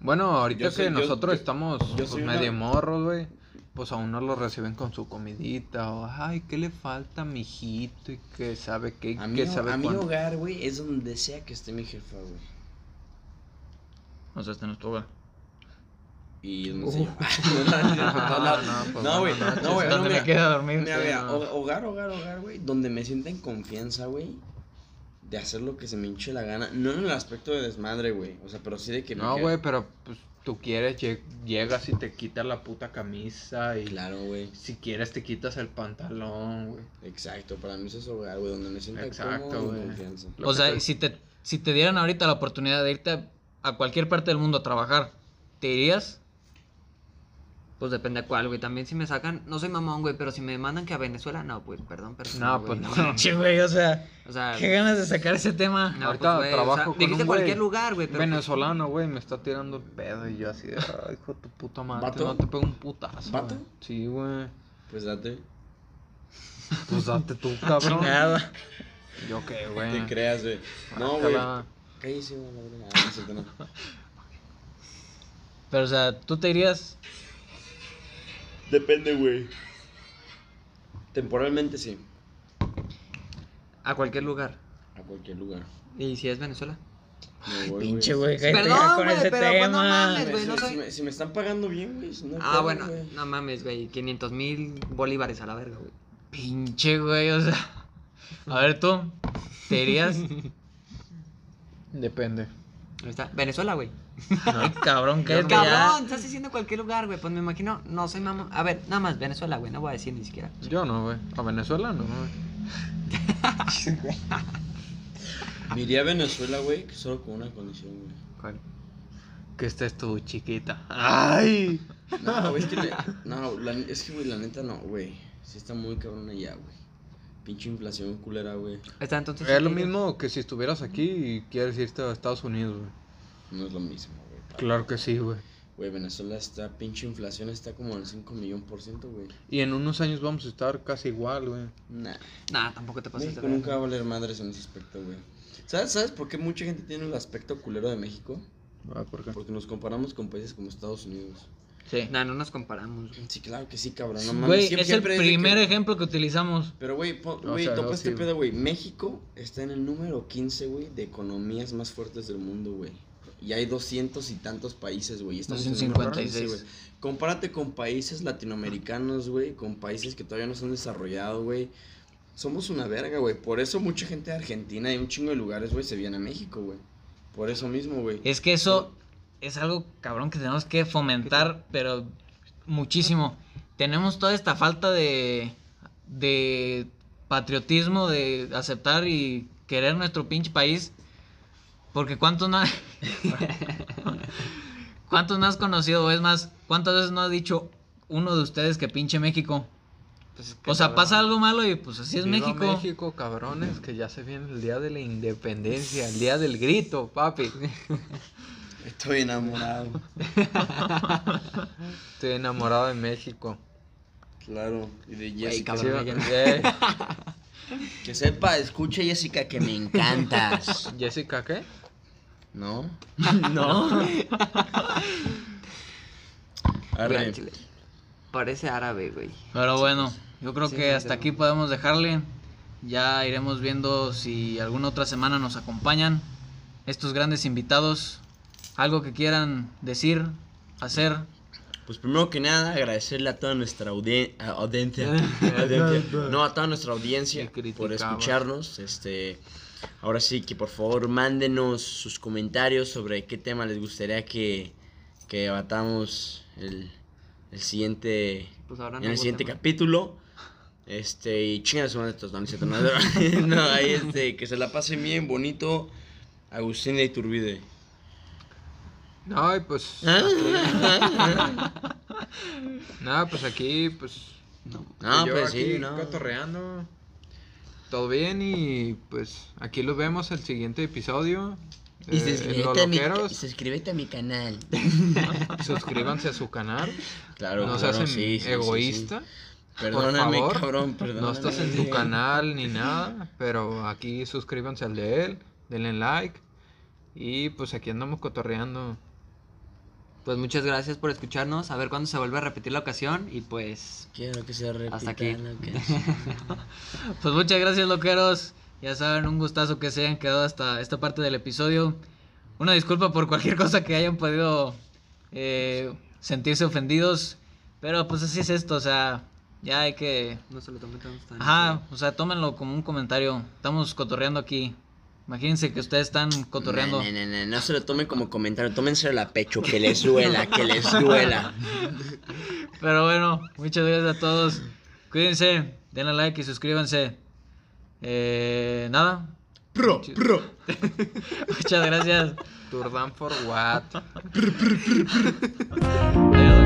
Speaker 3: Bueno, ahorita
Speaker 2: Yo
Speaker 3: que
Speaker 2: soy- yo-
Speaker 3: nosotros
Speaker 2: yo-
Speaker 3: estamos
Speaker 2: yo
Speaker 3: pues,
Speaker 2: soy una-
Speaker 3: medio morros, güey. Pues a uno lo reciben con su comidita. O, ay, ¿qué le falta, mijito? Y que sabe qué, y
Speaker 2: A mí,
Speaker 3: que sabe
Speaker 2: a mi
Speaker 3: cuánto.
Speaker 2: hogar, güey, es donde sea que esté mi jefa, güey.
Speaker 1: O sea, este no es tu hogar.
Speaker 2: Y
Speaker 3: Uh.
Speaker 2: no sé yo. No,
Speaker 3: pues,
Speaker 2: no, no, güey.
Speaker 3: buenas noches,
Speaker 2: No, güey. no,
Speaker 1: ¿Dónde me
Speaker 2: mira.
Speaker 1: queda dormir?
Speaker 2: Mira,
Speaker 1: Sí,
Speaker 2: mira,
Speaker 1: no.
Speaker 2: ho- hogar, hogar, hogar, güey. Donde me sienta en confianza, güey. De hacer lo que se me hinche la gana. No en el aspecto de desmadre, güey. O sea, pero sí de que. me
Speaker 3: No,
Speaker 2: quede-
Speaker 3: güey, pero pues, tú quieres, lle- llegas y te quitas la puta camisa. Y
Speaker 2: Claro, güey.
Speaker 3: si quieres, te quitas el pantalón, güey.
Speaker 2: Exacto. Para mí eso es hogar, güey. Donde me sienta
Speaker 3: Exacto,
Speaker 2: cómodo, en
Speaker 3: güey.
Speaker 2: confianza.
Speaker 3: Lo
Speaker 1: O
Speaker 3: que
Speaker 1: sea,
Speaker 3: te-
Speaker 1: si te, si te dieran ahorita la oportunidad de irte a, a cualquier parte del mundo a trabajar, ¿te irías?
Speaker 4: Pues depende a cuál, güey. También si me sacan, no soy mamón, güey, pero si me mandan que a Venezuela, no, pues perdón, perdón.
Speaker 3: No, pues no.
Speaker 1: Che, güey, o sea,
Speaker 4: O sea,
Speaker 1: qué ganas de sacar ese tema.
Speaker 4: no,
Speaker 3: Ahorita
Speaker 4: pues, güey,
Speaker 3: trabajo
Speaker 4: o sea,
Speaker 3: con
Speaker 4: dijiste
Speaker 3: un güey
Speaker 4: cualquier lugar, güey, pero pues,
Speaker 3: Venezolano, güey, me está tirando el pedo y yo así de, "Ay, hijo de tu puta madre,
Speaker 2: ¿Vato?
Speaker 3: no te pego un putazo.
Speaker 2: ¿Vato?
Speaker 3: güey". Sí, güey.
Speaker 2: Pues date.
Speaker 3: Pues date tú, cabrón.
Speaker 1: Chingada.
Speaker 3: Yo qué,
Speaker 2: Te
Speaker 3: güey.
Speaker 2: creas, güey.
Speaker 3: Ah,
Speaker 2: No, güey.
Speaker 3: Guácala.
Speaker 2: Cállese, güey. la verga. Ah, no es cierto, no.
Speaker 1: Pero, o sea, ¿tú te irías?
Speaker 2: Depende, güey. Temporalmente sí.
Speaker 4: a cualquier lugar.
Speaker 2: A cualquier lugar.
Speaker 4: ¿Y si es Venezuela?
Speaker 2: Me voy,
Speaker 4: cállate Perdón, ya con güey, ese pero, pues, no tema. mames, güey,
Speaker 2: Si-
Speaker 4: no
Speaker 2: si
Speaker 4: soy-
Speaker 2: me- Si me están pagando bien, güey. si no hay
Speaker 4: Ah,
Speaker 2: pedo,
Speaker 4: bueno,
Speaker 2: güey.
Speaker 4: no mames, güey. 500 mil bolívares a la verga, güey.
Speaker 1: Pinche, güey, o sea. A ver, tú, ¿te irías?
Speaker 3: Depende.
Speaker 4: Ahí está. Venezuela, güey.
Speaker 1: Ay, cabrón, cállate ya.
Speaker 4: Cabrón, estás diciendo cualquier lugar, güey. Pues me imagino, no soy mamá. A ver, nada más, Venezuela, güey. No voy a decir ni siquiera.
Speaker 3: Yo no, güey. A Venezuela no, güey.
Speaker 2: Me iría a Venezuela, güey, que solo con una condición, güey.
Speaker 3: Que estés tú, chiquita. ¡Ay!
Speaker 2: No, güey, es que, le- no, la- es que, güey, la neta no, güey. Sí está muy cabrón allá, güey. Pinche inflación culera, güey.
Speaker 4: Está entonces. eh,
Speaker 3: Es lo
Speaker 4: ¿qué?
Speaker 3: mismo que si estuvieras aquí y quieres irte a Estados Unidos, güey.
Speaker 2: No es lo mismo, güey. pa.
Speaker 3: Claro que sí, güey.
Speaker 2: Güey, Venezuela está, pinche inflación está como al 5 millón por ciento, güey.
Speaker 3: Y en unos años vamos a estar casi igual, güey.
Speaker 2: Nah.
Speaker 4: Nah, tampoco te pases de
Speaker 2: México
Speaker 4: verga.
Speaker 2: Pues nunca va a valer madres en ese aspecto, güey. ¿Sabes, ¿Sabes por qué mucha gente tiene el aspecto culero de México?
Speaker 3: Ah, ¿por qué?
Speaker 4: Pues
Speaker 2: Porque nos comparamos con países como Estados Unidos.
Speaker 1: Sí.
Speaker 4: Nah, no nos comparamos, güey.
Speaker 2: Sí, claro que sí, cabrón. No mames.
Speaker 1: Güey,
Speaker 2: Siempre-
Speaker 1: es el
Speaker 2: siempre de que-
Speaker 1: primer ejemplo que utilizamos.
Speaker 2: Pero, güey, po-
Speaker 3: O
Speaker 2: güey,
Speaker 3: sea,
Speaker 2: topa
Speaker 3: no,
Speaker 2: este
Speaker 3: sí.
Speaker 2: pedo, güey. México está en el número 15, güey, de economías más fuertes del mundo, güey. Y hay 200 y tantos países, güey. y Estamos en el número
Speaker 1: 256.
Speaker 2: 15, güey. Compárate con países latinoamericanos, güey, con países que todavía no se han desarrollado, güey. Somos una verga, güey. Por eso mucha gente de Argentina y un chingo de lugares, güey, se vienen a México, güey. Por eso mismo, güey.
Speaker 1: Es que eso es algo, cabrón, que tenemos que fomentar, pero muchísimo. Tenemos toda esta falta de, de patriotismo, de aceptar y querer nuestro pinche país. Porque cuántos no, cuántos no has conocido, o es más, cuántas veces no ha dicho uno de ustedes que pinche México.
Speaker 4: Pues es que,
Speaker 1: O sea,
Speaker 4: cabrón.
Speaker 1: pasa algo malo y pues así es
Speaker 3: Viva
Speaker 1: México.
Speaker 3: México, cabrones, que ya se viene el día de la independencia, el día del grito, papi.
Speaker 2: Estoy enamorado.
Speaker 3: Estoy enamorado de México.
Speaker 2: claro. Y de
Speaker 4: Güey,
Speaker 2: Jessica.
Speaker 4: cabrón,
Speaker 3: Sí,
Speaker 4: ya
Speaker 3: eh,
Speaker 2: que sepa, escucha, Jessica, que me encantas.
Speaker 3: Jessica, ¿qué?
Speaker 2: ¿No?
Speaker 1: No.
Speaker 4: Mira,
Speaker 2: Arre.
Speaker 4: chile. Parece árabe, güey.
Speaker 1: Pero bueno, yo creo
Speaker 4: Sí,
Speaker 1: que hasta
Speaker 4: desde
Speaker 1: aquí
Speaker 4: luego.
Speaker 1: podemos dejarle. Ya iremos viendo si alguna otra semana nos acompañan estos grandes invitados. Algo que quieran decir, hacer.
Speaker 2: Pues primero que nada, agradecerle a toda nuestra audien- a- audiencia. audiencia. No, a toda nuestra audiencia
Speaker 3: Me
Speaker 2: por
Speaker 3: criticaba.
Speaker 2: escucharnos. Este, ahora sí que por favor mándenos sus comentarios sobre qué tema les gustaría que, que debatamos el, el siguiente,
Speaker 4: Pues ahora
Speaker 2: en
Speaker 4: no.
Speaker 2: el
Speaker 4: hubo
Speaker 2: siguiente
Speaker 4: tema. capítulo.
Speaker 2: capítulo. Este, y chingan a su madre estos, no, no es cierto, no, no, no, ahí este, que se la pasen bien, bonito. Agustín de Iturbide.
Speaker 3: No, y pues.
Speaker 2: ¿Eh?
Speaker 3: Ah. Nada, pues aquí, pues.
Speaker 2: No,
Speaker 3: yo
Speaker 2: pues
Speaker 3: aquí
Speaker 2: sí, no.
Speaker 3: cotorreando. Todo bien y pues aquí los vemos el siguiente episodio. eh, en los loqueros.
Speaker 2: suscríbete a mi canal.
Speaker 3: Suscríbanse a su canal.
Speaker 2: Claro,
Speaker 3: no
Speaker 2: claro,
Speaker 3: se hacen
Speaker 2: sí, sí, sí,
Speaker 3: egoísta.
Speaker 2: sí. Perdóname,
Speaker 3: favor,
Speaker 2: cabrón, perdóname.
Speaker 3: No estás en
Speaker 2: Sí.
Speaker 3: tu canal ni nada, pero aquí suscríbanse al de él, denle like y pues aquí andamos cotorreando.
Speaker 4: Pues muchas gracias por escucharnos. A ver cuándo se vuelve a repetir la ocasión. Y pues.
Speaker 2: Quiero que se repita.
Speaker 4: Hasta aquí.
Speaker 2: lo que hacía.
Speaker 1: Pues muchas gracias, loqueros. Ya saben, un gustazo que se hayan quedado hasta esta parte del episodio. Una disculpa por cualquier cosa que hayan podido eh, sentirse ofendidos. Pero pues así es esto, o sea, ya hay que
Speaker 4: No se lo tomen tan- tan-
Speaker 1: Ajá, o sea, tómenlo como un comentario. Estamos cotorreando aquí. Imagínense que ustedes están cotorreando.
Speaker 2: No, no, no, no, no se lo tomen como comentario, tómenselo a pecho, que les duela, que les duela.
Speaker 1: Pero bueno, muchas gracias a todos. Cuídense, denle like y suscríbanse. Eh, nada,
Speaker 2: Pro, pro.
Speaker 1: muchas gracias.
Speaker 3: Turdan for what?
Speaker 1: Adiós.